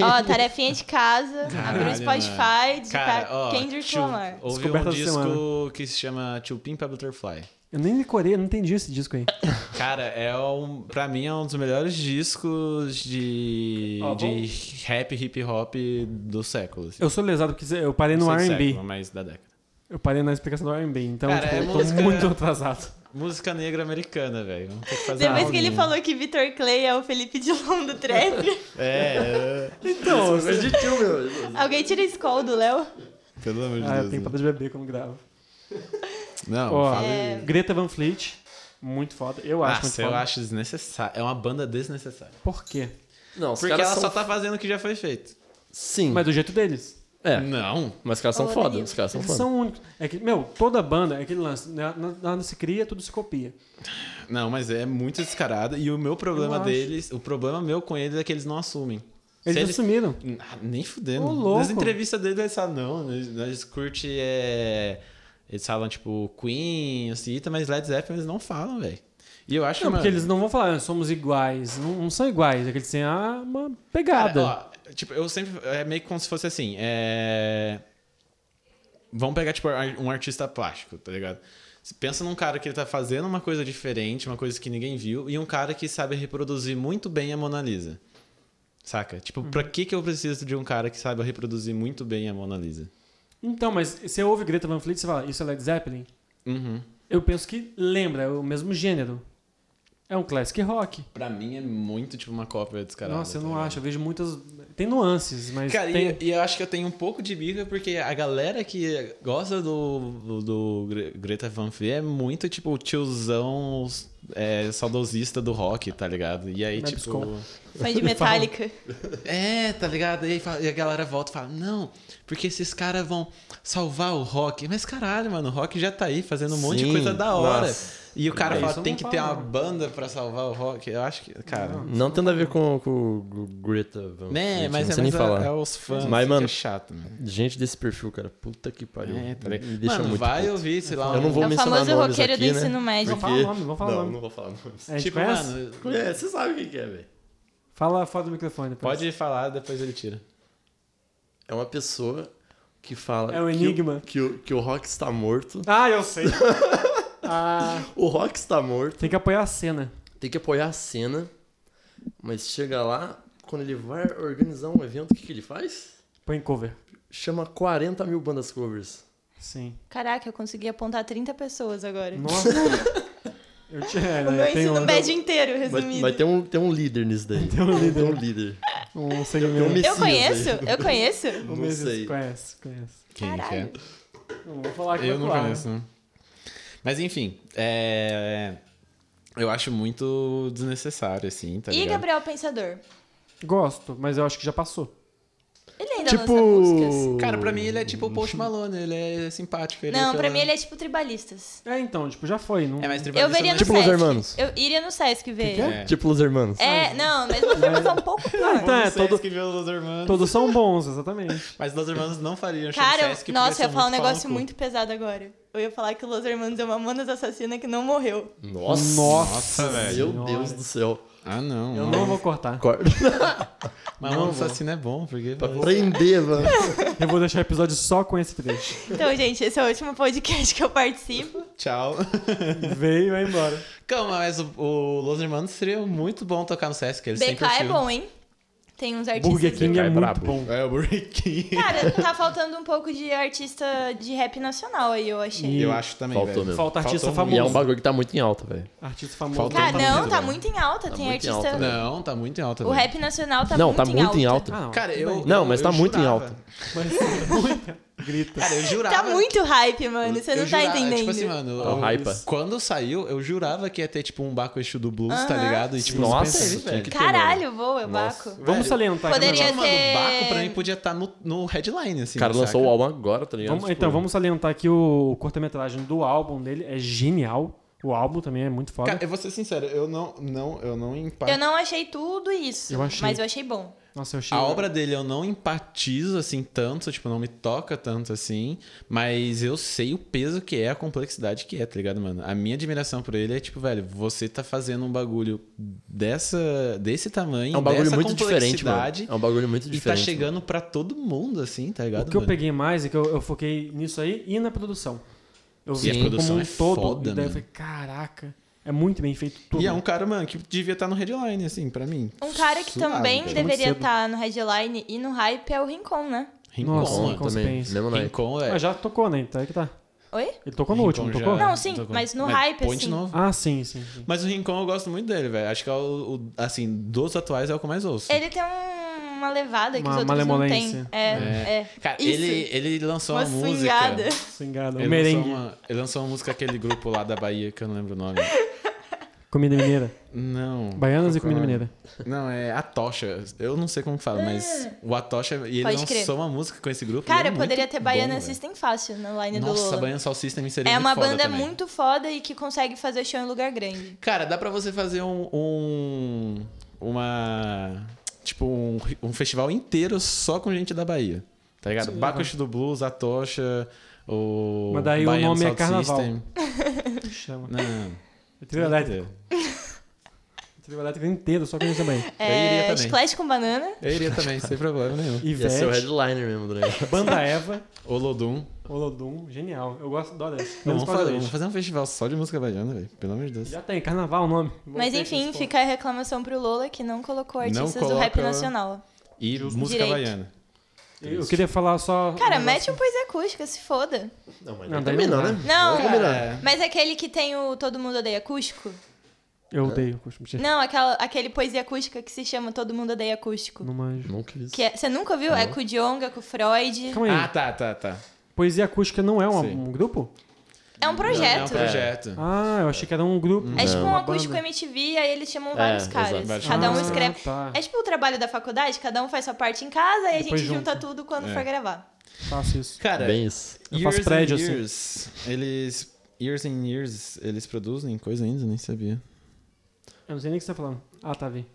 D: Ó, tarefinha de casa, abre o
C: Caralho,
D: Spotify, digitar
C: Cara, ó,
D: Kendrick
C: Tio-
D: Lamar.
C: Houve
A: Descoberta
C: um
A: da
C: disco
A: semana.
C: que se chama Chupin pra Butterfly.
A: Eu nem decorei, eu não entendi esse disco aí.
C: Cara, é um, pra mim é um dos melhores discos de,
A: Ó,
C: de rap, hip hop do século. assim.
A: Eu sou lesado porque eu parei no
C: Não sei do
A: R&B.
C: século, mas da década.
A: Eu parei na explicação do R&B, então
C: Cara,
A: tipo,
C: é
A: eu tô
C: música-
A: muito atrasado.
C: Música negra americana, velho. Vamos ter que fazer um
D: Depois
C: uma
D: que ele
C: aulinha.
D: falou que Vitor Clay é o Felipe Dilon do trap,
C: É, é,
A: Então,
B: Coisa de tio, meu.
D: alguém tira a escola do Léo.
C: pelo amor de
A: ah, eu
C: Deus.
A: tenho
C: né?
A: patada de bebê quando gravo.
C: Não,
A: Ó,
C: fala-
D: É.
A: Greta Van Fleet, muito foda. Eu acho muito
C: Nossa, eu
A: foda.
C: acho desnecessário. É uma banda desnecessária.
A: Por quê?
B: Não, os
C: Porque
B: caras
C: ela
B: são...
C: só tá fazendo o que já foi feito.
B: Sim,
A: Mas do jeito deles.
B: é.
C: Não.
B: Mas os caras
D: Ô,
B: são foda.
D: Danilo.
B: Os caras são
A: Eles
B: foda.
A: são únicos. É que, meu, toda banda é aquele lance. né? Nada se cria, tudo se copia.
C: Não, mas é muito descarado. E o meu
A: Eu
C: problema
A: acho.
C: deles, o problema meu com eles é que eles não assumem. Se
A: Eles assumiram.
C: Ah, Nem fudendo.
A: Ô, louco.
C: Nas entrevistas dele, eles falam, não, nós, nós curte é... Eles falam, tipo, Queen, assim, mas Led Zeppelin eles não falam, velho. E eu acho,
A: Não,
C: mano,
A: porque eles não vão falar, "Ah, somos iguais. Não, não são iguais, é que eles têm ah, uma pegada.
C: Cara, ó, tipo, eu sempre. É meio como se fosse assim. É... Vamos pegar, tipo, ar- um artista plástico, tá ligado? Você Pensa num cara que ele tá fazendo uma coisa diferente, uma coisa que ninguém viu, e um cara que sabe reproduzir muito bem a Mona Lisa. Saca? Tipo, pra
A: Uhum.
C: que, que eu preciso de um cara que saiba reproduzir muito bem a Mona Lisa?
A: Então, mas você ouve Greta Van Fleet e você fala, isso é Led Zeppelin?
C: Uhum.
A: Eu penso que lembra, é o mesmo gênero. É um classic rock.
C: Pra mim é muito tipo uma cópia descarada.
A: Nossa, eu
C: tá
A: não
C: ligado?
A: acho. Eu vejo muitas. Tem nuances, mas.
C: Cara,
A: tem... é
C: e, e eu acho que eu tenho um pouco de birra porque a galera que gosta do, do, do Gre- Greta Van Fleet é muito, tipo, o tiozão é, saudosista do rock, tá ligado? E aí,
B: é
A: Mas
C: tipo...
A: com-
D: Fã de Metallica.
C: É, tá ligado? E, aí fala- e a galera volta e fala, não, porque esses caras vão salvar o rock. Mas caralho, mano, o rock já tá aí fazendo um monte de
B: Sim,
C: coisa da hora.
B: nossa.
C: E o cara
A: É, isso
C: fala,
A: eu
C: tem
A: não
C: que
A: falo,
C: ter uma
A: não.
C: banda pra salvar o rock. Eu acho que, cara...
B: Não tem nada a ver com, com o Greta Van
C: Né,
B: Fleet,
C: mas,
B: não
C: é,
B: sei nem
C: mas
B: falar.
C: é, é os fãs
B: Mas,
C: que
B: mano,
C: é chato, né?
B: Gente desse perfil, cara, puta que pariu.
C: É, tá
B: Me
C: ligado?
B: deixa
C: Mano,
B: muito
C: vai
B: puto.
C: ouvir, sei lá,
B: Eu não
C: um-
B: vou
D: É o
B: mencionar
D: famoso
B: nomes
D: roqueiro
B: aqui,
D: do
B: né?
D: ensino médio.
A: Vamos falar o nome, vamos falar o
B: Não,
A: nome.
B: não vou falar nomes.
A: A gente
C: Tipo,
A: conhece?
C: mano,
B: É, você sabe o que é, velho.
A: Fala fora do microfone depois.
C: pode falar, depois ele tira.
B: É uma pessoa que fala...
A: É um
B: que
A: enigma.
B: Que o, que o rock está morto.
A: Ah, eu sei. Ah,
B: O rock está morto.
A: tem que apoiar a cena.
B: Tem que apoiar a cena. Mas chega lá, quando ele vai organizar um evento, o que, que ele faz?
A: Põe cover.
B: Chama 40 mil bandas covers.
A: Sim.
D: Caraca, eu consegui apontar 30 pessoas agora.
A: Nossa. Eu te, é, né,
D: O meu
A: tem
D: ensino
A: um-
D: médio inteiro,
B: Mas,
D: resumido.
B: mas tem, um, tem um líder nisso daí. Tem
A: um líder.
B: Tem um líder.
A: Um
B: Tem um
A: segmento.
D: Eu
B: Messias
D: conheço,
B: aí.
D: eu conheço.
B: Não
A: Meses-
B: sei.
A: Conhece, conhece.
C: Quem que é?
D: Caralho.
A: Não vou falar aqui
C: Eu não
A: claro.
C: conheço, não. Mas enfim, é... eu acho muito desnecessário, assim, tá
D: e
C: ligado?
D: Gabriel Pensador?
A: Gosto, mas eu acho que já passou.
D: Ele ainda lança músicas?
B: Tipo...
C: Cara, pra mim ele é tipo o Post Malone, ele é simpático. Ele
D: Não,
C: é
D: pra mim ele é tipo tribalistas.
A: É, então, tipo, já foi. Não...
C: É mais
D: Eu
C: tribalista,
D: veria
C: né?
D: no
B: Tipo Los
D: Sesc.
B: Hermanos.
D: Eu iria no Sesc ver.
A: que
C: é?
B: Tipo Los Hermanos.
D: É, não, mas uma formação um pouco
A: Ah,
C: Tipo,
D: pior.
A: então, é, todo-
C: que viu Los Hermanos.
A: todos são bons, exatamente.
C: Mas Los Hermanos não fariam show no
D: Cara,
C: Sesc, porque
D: nossa, eu ia
C: são
D: falar um
C: muito pau no
D: negócio
C: cu.
D: muito pesado agora. Eu ia falar que o Los Hermanos é uma manas assassina que não morreu.
B: Nossa.
A: Nossa,
B: Meu
A: senhora.
B: Deus do céu.
C: Ah, não.
A: Eu
C: não.
A: não vou cortar.
B: Acorda
C: Mas o assassino é bom, porque...
B: pra prender, mano.
A: Eu vou deixar o episódio só com esse trecho.
D: Então, gente, esse é o último podcast que eu participo.
C: Tchau.
A: Veio e vai embora.
C: Calma, mas o, o Los Hermanos seria muito bom tocar no Sesc, eles
D: BK
C: sempre
D: é
C: tinham.
D: bom, hein? Tem uns artistas.
A: Burger King
B: Cara,
A: é
B: é
A: muito
B: brabo.
A: bom.
C: É, o Burger King.
D: Cara, tá faltando um pouco de artista de rap nacional aí, eu achei.
A: E-
C: Eu acho também,
B: Faltou
C: velho.
B: mesmo.
A: Falta artista
C: Faltou
B: E é um
A: famoso.
B: bagulho que tá muito em alta, velho.
A: Artista famoso.
C: Falta
D: Cara,
C: tá
D: não,
C: muito
D: tá
C: bom.
D: muito em alta.
B: Tá
D: tem
B: muito em
D: artista.
B: alta, né?
C: Não, tá muito em alta.
D: O
C: velho.
D: rap nacional tá
B: não,
D: muito
B: tá
D: em
B: muito
D: alta.
B: em alta.
A: Ah, não.
C: Cara,
A: tudo
C: eu.
A: bem.
B: Não, mas
C: eu
B: tá muito em
C: jurava.
B: alta.
A: Mas muita. Grita.
C: Cara, eu jurava.
D: Tá muito hype, mano.
C: Eu-
D: Você não
C: eu
D: tá
C: jurava,
D: entendendo.
C: Tipo assim, mano.
B: Tá
C: eu-
B: hypa.
C: Quando saiu, eu jurava que ia ter, tipo, um Baco Exu do Blues, tá ligado? E, tipo,
B: Nossa,
C: você pensa,
B: isso tinha que ter,
D: Caralho, boa, eu
B: Nossa.
D: baco.
A: Vamos
C: velho,
A: salientar aqui,
D: Poderia
A: né?
C: Mano, o
D: ser-
C: Baco pra mim podia estar no, no headline, assim.
B: O cara lançou o
C: saca?
B: álbum agora, tá ligado?
A: Vamos-
B: Tipo,
A: então, vamos salientar aqui o cortometragem do álbum dele. É genial. O álbum também é muito foda.
C: Cara, eu vou ser sincero, eu não. não eu não empato.
D: Eu não achei tudo isso,
A: Eu achei.
D: mas eu achei bom.
A: Nossa, eu achei...
C: A obra dele eu não empatizo assim tanto, tipo, não me toca tanto assim, mas eu sei o peso que é, a complexidade que é, tá ligado, mano? A minha admiração por ele é tipo, velho, você tá fazendo um bagulho dessa, desse tamanho,
B: É um bagulho
C: dessa
B: muito diferente, mano.
C: complexidade,
B: É um bagulho muito
C: e tá
B: diferente. mano.
C: chegando pra todo mundo assim, tá ligado?
A: O que eu
C: mano?
A: peguei mais é que eu, eu foquei nisso aí e na produção. Eu vi
C: a
A: como
C: produção
A: um
C: é
A: todo.
C: foda,
A: e daí eu
C: mano.
A: falei, caraca, é muito bem feito tudo.
C: E é um cara, mano, que devia estar no headline assim, pra mim.
D: Um cara que
C: Suave,
D: também
C: cara.
D: deveria
A: cedo.
D: estar no headline e no hype é o Rincon, né?
C: Rincon,
A: Nossa,
B: Bom,
A: Rincon
C: mano.
B: também.
A: Spence.
B: Mesmo né? na
C: Rincon,
A: Mas
C: velho.
A: já tocou, né? Então é que tá.
D: Oi?
A: Ele tocou no
C: Rincon
A: último,
C: já-
A: tocou?
D: Não, sim,
C: tocou.
D: mas no hype,
C: põe de
D: assim.
C: novo.
A: Ah, sim, sim. sim.
C: Mas o Rincon eu gosto muito dele, velho. Acho que é o, o- assim, dos atuais é o que eu mais ouço.
D: Ele tem um- uma levada que
A: Uma
D: os outros não têm.
A: malemolência.
D: É, é.
C: Cara,
D: Isso.
C: ele, ele lançou
D: Uma
C: uma, música.
D: swingada.
A: é Singado.
C: Ele lançou,
A: Merengue.
C: uma, ele lançou uma música aquele grupo lá da Bahia que eu não lembro o nome.
A: Comida mineira.
C: Não.
A: Baianas e
C: Qual que
A: comida
C: é o nome?
A: mineira.
C: Não, é Atocha. Eu não sei como fala, mas o Atocha. E ele
D: Ah. Pode
C: lançou
D: crer.
C: uma música com esse grupo.
D: Cara,
C: e é muito
D: poderia ter Baiana
C: bom,
D: Assistem Fácil na line
C: velho.
D: do
C: Nossa,
D: Lola.
C: Baiana Soul System seria
D: é
C: muito
D: uma
C: foda
D: banda
C: também.
D: muito foda e que consegue fazer show em lugar grande.
C: Cara, dá pra você fazer um. um- uma. Tipo, um, um festival inteiro só com gente da Bahia. Tá ligado?
A: Sim,
C: Bacchus do Blues, Atocha, o.
A: Mas daí o
C: Baiano
A: nome é
C: Sound
A: Carnaval.
C: System.
A: Chama.
C: Não.
A: Trio elétrico. Trio elétrico é inteiro, só com isso também.
C: Eu iria
D: É,
C: também.
D: Chiclete com banana.
C: Eu iria também, sem problema nenhum.
B: Ia ser o
A: Ivete,
B: headliner mesmo, né?
A: Banda Eva,
C: Olodum.
A: Olodum, genial. Eu gosto, adoro essa.
C: Não,
A: Menos
C: vamos,
A: pra
C: fazer,
A: dois.
C: vamos fazer um festival só de música baiana, velho. Pelo amor de Deus.
A: Já tem, carnaval o nome.
D: Mas enfim, fica a reclamação pro Lola que não colocou
C: Não
D: artistas do rap
C: coloca-
D: nacional.
C: E música
D: Direito.
C: baiana.
A: Eu queria falar só.
D: Cara,
A: um
D: mete um poesia acústica, se foda.
B: Não, mas
A: Não,
B: não,
A: daí
B: também
A: não
B: não,
A: dá.
B: né?
D: Não,
B: Vamos combinar.
D: mas aquele que tem o Todo Mundo Odeia Acústico?
A: Eu odeio acústico. Mentira.
D: Não, aquela, aquele poesia acústica que se chama Todo Mundo Odeia Acústico.
A: Não manjo.
B: Nunca vi isso.
D: Que é- você nunca ouviu? É com o Djonga, com o Freud.
A: Calma aí.
C: Ah, tá, tá, tá.
A: Poesia acústica não é uma-
C: Sim.
A: um grupo?
D: É um
C: É um
D: projeto. É,
C: projeto.
A: Ah, eu achei que era um grupo.
D: tipo um
A: Uma
D: acústico
A: banda.
D: MTV, aí eles chamam vários
B: exato,
D: caras.
C: vários
D: Cada um
A: Ah,
D: escreve.
A: Tá,
D: É tipo o trabalho da faculdade, cada um faz sua parte em casa e a gente
A: Depois
D: junta
A: junta.
D: tudo quando
C: É.
D: for gravar.
A: faço isso.
C: Cara,
B: Bem isso.
A: Eu
C: years
A: faço prédio,
C: and
A: assim.
C: years, eles... Years and years, eles produzem coisa ainda, nem sabia.
A: Eu não sei nem o que você tá falando. Ah, tá, vi.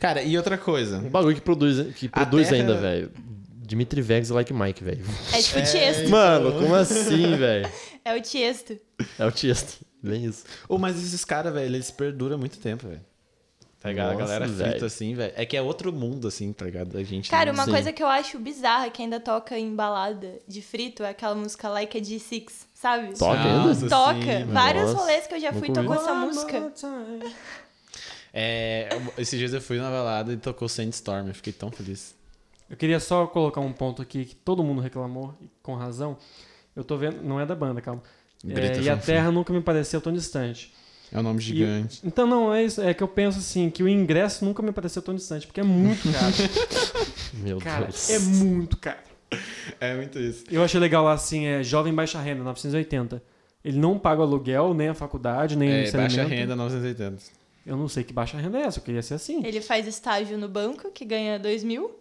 C: Cara, e outra coisa.
B: Um bagulho que produz, que
C: A
B: produz
C: terra-
B: ainda, velho. Dimitri Vegas e Like Mike, velho.
D: É tipo o Tiesto.
B: Mano, como assim, velho?
D: É o Tiesto.
B: É o Tiesto. Bem isso.
C: Ô, mas esses caras, velho, eles perduram muito tempo, velho. Tá ligado?
B: Nossa,
C: a galera
B: velho.
C: frita assim, velho. É que é outro mundo, assim, tá ligado? A gente.
D: Cara,
C: não-
D: uma
B: Sim.
D: coisa que eu acho bizarra que ainda toca em balada de frito é aquela música Like a G6, sabe?
B: Toca ainda?
C: Nossa,
D: Toca.
C: sim, mano.
D: Vários
B: Nossa,
D: rolês que eu já fui
B: nunca ouvi.
D: tocou essa
A: One
D: música.
A: more time.
C: É, esses dias eu fui na balada e tocou Sandstorm. Eu fiquei tão feliz.
A: Eu queria só colocar um ponto aqui que todo mundo reclamou, e com razão. Eu tô vendo. Não é da banda, calma. É,
C: Greta
A: e a
C: Van Fleet.
A: Terra nunca me pareceu tão distante.
C: É um nome
A: E-
C: gigante.
A: então, não, é isso. É que eu penso assim, que o ingresso nunca me pareceu tão distante, porque é muito caro.
B: Meu
A: cara,
B: Deus.
A: é muito caro.
C: É muito isso.
A: Eu achei legal lá, assim, é Jovem Baixa Renda, 980. Ele não paga o aluguel, nem a faculdade, nem o
C: É,
A: ensinamento.
C: baixa renda 980.
A: Eu não sei que baixa renda é essa, eu queria ser assim.
D: Ele faz estágio no banco, que ganha 2 mil.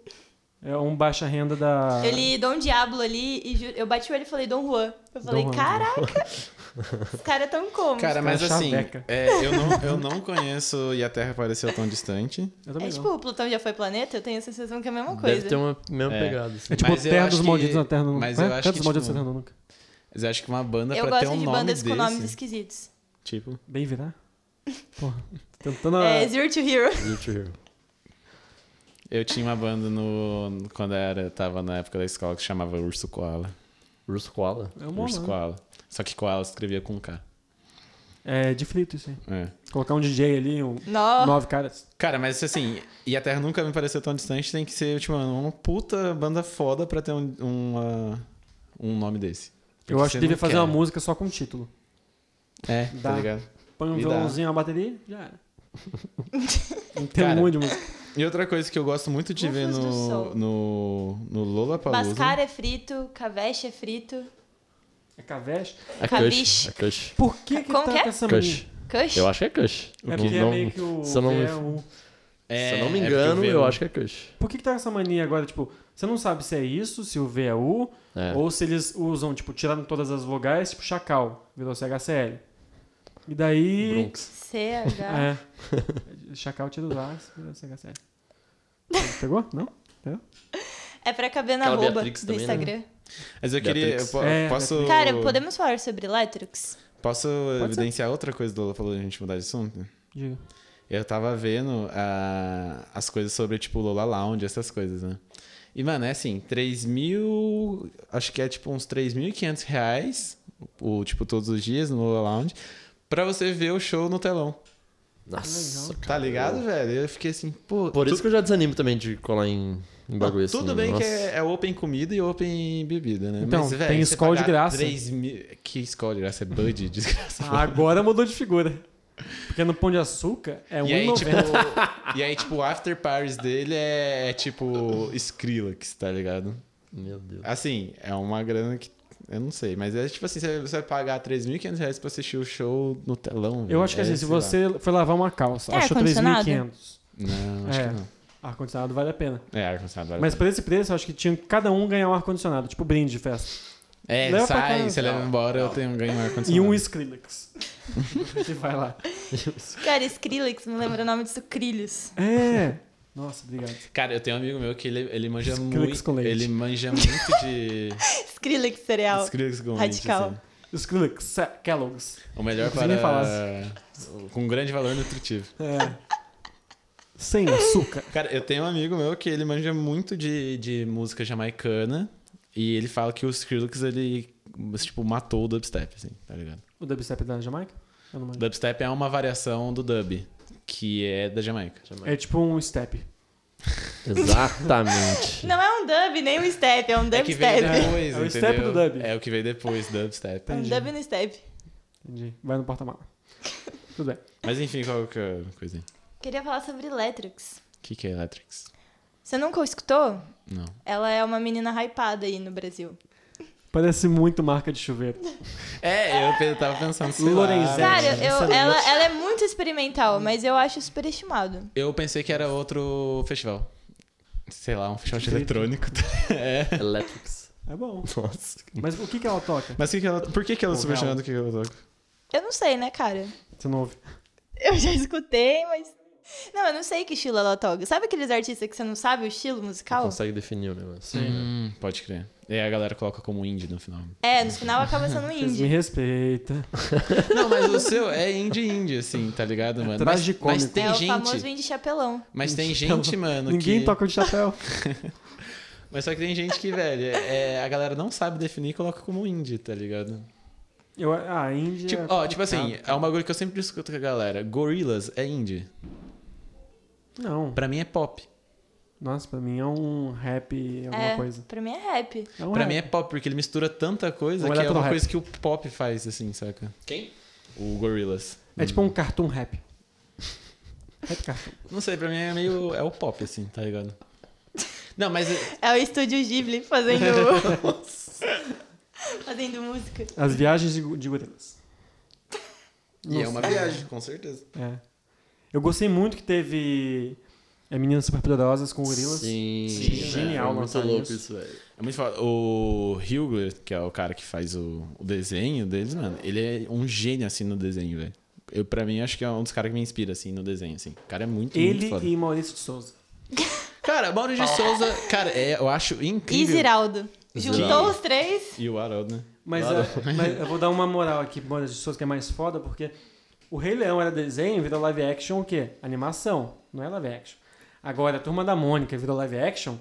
A: É um baixa renda da.
B: Ah.
D: Eu li Dom Diablo ali e ju- eu bati o olho e falei Dom Juan. Eu falei,
A: Juan.
D: caraca, os caras tão como?
C: Cara, mas
A: caras
C: assim,
A: chaveca.
C: é, eu, não, eu não conheço e a Terra pareceu tão distante.
A: Eu
D: É
A: também
D: tipo,
A: não.
D: o Plutão já foi planeta? Eu tenho a sensação que é a mesma
B: Deve
D: coisa.
B: ter uma mesma
C: É.
B: pegada. Assim.
A: É tipo
C: Mas eu
A: Terra
C: acho
A: dos
C: que-
A: Malditos na Terra do Nunca.
C: mas
A: Não é?
C: eu acho
A: Terra
C: que,
A: dos Malditos
C: tipo,
A: na Terra do Nunca.
C: Mas eu acho que uma banda
D: Eu
C: pra ter
D: gosto
C: um
D: de
C: nome
D: bandas
C: desse,
D: com nomes esquisitos.
C: Tipo,
A: Bem virar? Porra. Tentando.
C: Ah.
A: a-
D: É, Zero to Hero.
C: eu tinha uma banda no quando eu era, eu tava na época da escola que chamava Urso Koala.
B: Russo Koala.
A: É uma
C: Urso
A: olhada.
C: Koala. Só que Koala escrevia com K.
A: É de frito isso aí.
C: É.
A: Colocar um DJ ali, um.
D: Nó.
A: Nove caras.
C: Cara, mas assim, e a Terra nunca me pareceu tão distante, tem que ser, tipo, mano, uma puta banda foda pra ter um, uma- um nome desse.
A: Eu
C: Porque
A: acho que
C: você
A: devia
C: não
A: fazer
C: quer. né?
A: uma música só com título.
C: É,
A: Dá.
C: tá ligado?
A: Põe um
C: Me dá.
A: violãozinho na bateria, já era. Não tem
C: Cara,
A: um monte de música.
C: E outra coisa que eu gosto muito de ver
D: Rufus do Sol.
C: no, no, no Lollapalooza...
D: Bascar é frito, Caveche é frito.
A: É Cavesh.
B: A Kush.
D: Cabiche.
B: A Kush.
A: Por que que
D: Como
A: tá
D: que é?
A: com essa
B: Kush.
A: mania?
D: Cush?
B: Eu acho que é Kush.
A: É
B: Eu
A: porque é
B: não-
A: meio que o.
B: se eu não me-
A: V é o-
B: Se eu
C: é
B: não me engano,
C: um-
B: eu acho que é Kush.
A: Por que, que tá com essa mania agora? Tipo, você não sabe se é isso, se o V é U,
B: É.
A: ou se eles usam, tipo, tiraram todas as vogais, tipo, chacal, virou CHCL. E daí.
B: Bronx.
D: CH.
A: É. chacal tira os As, virou CHCL. Pegou? Não?
D: É pra caber na
B: Aquela
D: arroba
B: Beatrix
D: do
B: também, né?
D: Instagram.
C: Mas eu queria... Eu
B: Beatrix.
C: po-
A: É,
C: posso...
D: Cara, podemos falar sobre Electrix?
C: Posso
A: ser.
C: evidenciar outra coisa do Lollapalooza, a gente mudar de assunto?
A: Diga.
C: Eu tava vendo ah, as coisas sobre, tipo, Lola Lounge, essas coisas, né? E, mano, é assim, 3 mil... Acho que é, tipo, uns 3.500 reais, o, tipo, todos os dias no Lola Lounge, pra você ver o show no telão.
B: Nossa,
A: Legal.
C: Tá ligado, velho? Eu fiquei assim, pô...
B: Por isso
C: tu-
B: que eu já desanimo também de colar em, em bagulho assim.
C: Tudo bem
B: nossa.
C: que é, é open comida e open bebida, né?
A: Então,
C: Mas, velho,
A: tem
C: você
A: escola de
C: pagar
A: graça.
C: 3 mil... Que escola de graça? É Bud, desgraça.
A: Ah, Agora mudou de figura. Porque no Pão de Açúcar é
C: E aí,
A: 1,90.
C: tipo, e aí, tipo, o after parties dele é, é, tipo Skrillex, tá ligado?
B: Meu Deus.
C: Assim, é uma grana que. Eu não sei, mas é tipo assim, você você vai pagar 3.500 reais pra assistir o show no telão.
A: Eu acho que
C: velho.
A: assim,
C: É,
A: se
C: sei lá.
A: você foi lavar uma calça,
D: É
A: achou
D: ar-condicionado?
A: 3.500,
C: Não, acho
A: É.
C: que não.
A: ar-condicionado vale a pena.
C: É, ar-condicionado. vale
A: Mas
C: a
A: por esse preço, eu acho que tinha que cada um ganhar um ar-condicionado, tipo brinde de festa.
C: pena. É,
A: leva pra
C: sai,
A: casa.
C: você leva embora, eu tenho ganho um
A: E
C: ar-condicionado.
A: um Skrillex. que vai lá.
D: Cara, Skrillex me lembra o nome de sucrilhos.
A: É. Nossa, obrigado.
C: Cara, eu tenho um amigo meu que ele, ele manja
A: Skrillex
C: muito.
A: com leite.
C: Ele manja muito de.
D: Skrillex cereal.
C: Skrillex com leite,
D: É Radical.
C: assim.
A: Skrillex, Sa- Kellogg's.
C: O melhor
A: Não consigo
C: para.
A: nem
C: Com grande valor nutritivo.
A: É. Sem açúcar.
C: Cara, eu tenho um amigo meu que ele manja muito de, de música jamaicana e ele fala que o Skrillex, ele, tipo, matou o dubstep, assim, tá ligado?
A: O dubstep é da Jamaica? Eu não
C: O
A: manjo.
C: dubstep é uma variação do dub, que é da Jamaica.
A: É tipo um step.
B: Exatamente.
D: Não é um dub, nem um step, é um
C: É
D: dubstep.
C: que veio
B: né?
C: depois,
A: É o
C: entendeu?
A: step do dub.
C: É o que veio depois, dubstep.
D: É um dub no um step.
A: Entendi. Vai no porta-mala. Tudo bem.
C: Mas enfim, qual que é a coisinha?
D: Queria falar sobre Electrics.
C: O que, que é Electrics?
D: Você nunca escutou?
C: Não.
D: Ela é uma menina hypada aí no Brasil.
A: Parece muito marca de chuveiro.
C: É, eu pe- tava pensando, sei lá.
A: Lorenzetti. É,
D: Sério,
A: gente,
D: eu-
A: excelente.
D: ela, ela é muito experimental, mas eu acho superestimado.
C: Eu pensei que era outro festival. Sei lá, um festival de
A: Grito.
C: eletrônico. é.
B: Electrics.
A: É bom.
B: Nossa.
A: Mas o que, que ela toca?
C: Mas que que ela, por que, que ela é
A: Ou
C: subestimada
A: não.
C: do que ela toca?
D: Eu não sei, né, cara?
A: Você não ouve.
D: Eu já escutei, mas. Não, eu não sei que estilo ela toca. Sabe aqueles artistas que você não sabe o estilo musical?
B: Não consegue definir o negócio.
C: Hum, pode crer. E aí a galera coloca como indie no final.
D: É, no final acaba sendo
A: Vocês me
D: indie.
A: respeita.
C: Não, mas o seu é indie indie, assim, tá ligado, mano? Mas-
A: tragicômico.
C: Mas, tem
D: é o famoso
C: gente.
D: indie chapelão.
C: Mas tem gente, mano,
A: Ninguém
C: que.
A: toca de chapéu.
C: Mas só que tem gente que, velho, é, a galera não sabe definir e coloca como indie, tá ligado?
A: Eu, ah, a Índia.
C: Tipo,
A: é
C: ó, tipo assim,
A: complicado.
C: é um bagulho que eu sempre discuto com a galera. Gorillaz é indie.
A: Não.
C: Pra mim é pop.
A: Nossa, pra mim é um rap, alguma
D: é,
A: coisa.
D: pra mim é rap.
A: É um
C: pra
A: rap.
C: mim é pop, porque ele mistura tanta
A: Um
C: coisa que é uma
A: eletro-rap.
C: coisa que o pop faz, assim, saca?
B: Quem?
C: O Gorillaz.
A: É tipo um cartoon rap. Rap cartoon.
C: Não sei, pra mim é meio. É o pop, assim, tá ligado? Não, mas. eh,
D: É o estúdio Ghibli fazendo. fazendo música.
A: As viagens de, gu- de gorilas.
C: E é uma viagem, com certeza.
A: É. Eu gostei muito que teve é, Meninas Superpoderosas com gorilas.
B: Sim.
A: Sim,
B: né?
A: genial
B: Foi Muito
A: lançar
B: louco
A: isso.
B: isso, velho.
C: É muito foda. O Hugler, que é o cara que faz o, o desenho deles, mano, ele é um gênio, assim, no desenho, velho. Eu, pra mim, acho que é um dos caras que me inspira, assim, no desenho, assim. O cara é muito,
A: Ele
C: muito foda.
A: e Maurício de Souza.
C: Cara, Mauro de Souza, cara, é, eu acho
D: E
C: incrível.
D: Ziraldo. Juntou
B: Ziraldo.
D: os três.
C: E o Haroldo, né?
A: Mas, é, mas eu vou dar uma moral aqui pro Maurício de Souza, que é mais foda, porque o Rei Leão era desenho, virou live action o quê? Animação, não é live action. Agora, a Turma da Mônica virou live action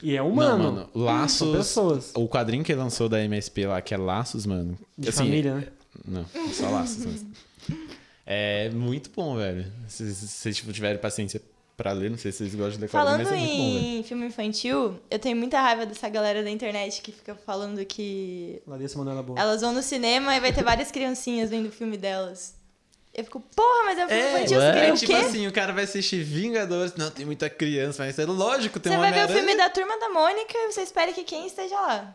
A: e é humano.
C: Não, mano,
A: São
C: Laços.
A: pessoas.
C: O quadrinho que ele lançou da MSP lá, que é Laços, mano.
A: De
C: assim,
A: família, né?
C: Não, só Laços. mas- É muito bom, velho. Se se vocês tipo, tiverem paciência pra ler, não sei se vocês gostam de ler quadrinho,
D: Falando
C: mas é muito bom, velho.
D: em filme infantil, eu tenho muita raiva dessa galera da internet que fica falando que
A: Larissa Manoela Boa.
D: elas vão no cinema e vai ter várias criancinhas vendo o filme delas. Eu fico, porra, mas é um filme
C: É,
D: infantil, você queria o
C: tipo
D: quê?
C: assim, o cara vai assistir Vingadores. Não, tem muita criança, mas é lógico, tem
D: Você
C: um
D: vai ver o
C: Homem-Aranha.
D: filme da Turma da Mônica e você espera que quem esteja lá.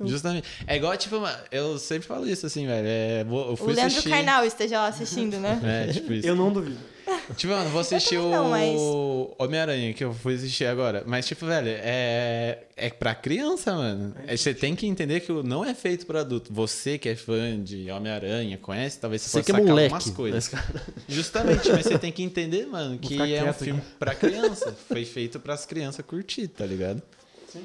C: Justamente. É igual, tipo, uma- eu sempre falo isso, assim, velho. É, vou- eu
D: O
C: fui
D: Leandro
C: assistir...
D: Carnal esteja lá assistindo, né?
C: É, tipo isso.
A: Eu não duvido.
C: Tipo, mano, vou assistir
D: também
C: o
D: não, mas-
C: Homem-Aranha, que eu fui assistir agora. Mas, tipo, velho, é, é pra criança, mano. É, Você tem que entender que o- não é feito pra adulto. Você que é fã de Homem-Aranha, conhece, talvez você,
B: Você
C: possa
B: que é
C: sacar
B: moleque.
C: algumas coisas. Justamente, mas você tem que entender, mano, que
A: ficar
C: é um
A: quieto
C: filme pra criança. Foi feito pras crianças curtir, tá ligado? Sim.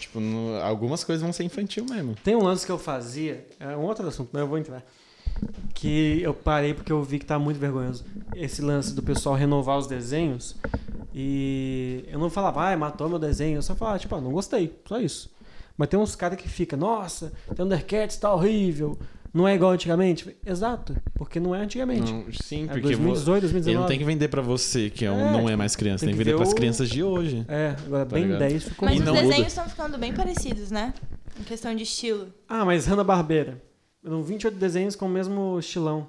C: Tipo, no- algumas coisas vão ser infantil mesmo.
A: Tem um lance que eu fazia, é um outro assunto, mas eu vou entrar. Que eu parei porque eu vi que tá muito vergonhoso. Esse lance do pessoal renovar os desenhos. E eu não falava, ai, matou meu desenho. Eu só falava, tipo, ah, não gostei, só isso. Mas tem uns caras que fica, nossa, Thundercats tá horrível. Não é igual antigamente. Exato, porque não é antigamente.
C: Não, sim,
A: é
C: porque
A: 2018,
C: vo- ele
A: 2019.
C: não tem que vender pra você, que é um-
A: É,
C: não é mais criança.
A: tem
C: Tem que
A: que
C: vender
A: ver
C: pras
A: o-
C: crianças de hoje.
A: É, agora
C: Tá
A: bem
C: ligado?
A: 10 ficou.
D: Mas
C: E
D: os
C: não
D: desenhos
C: muda.
D: estão ficando bem parecidos, né? Em questão de estilo.
A: Ah, mas Hanna-Barbera. Eram 28 desenhos com o mesmo estilão.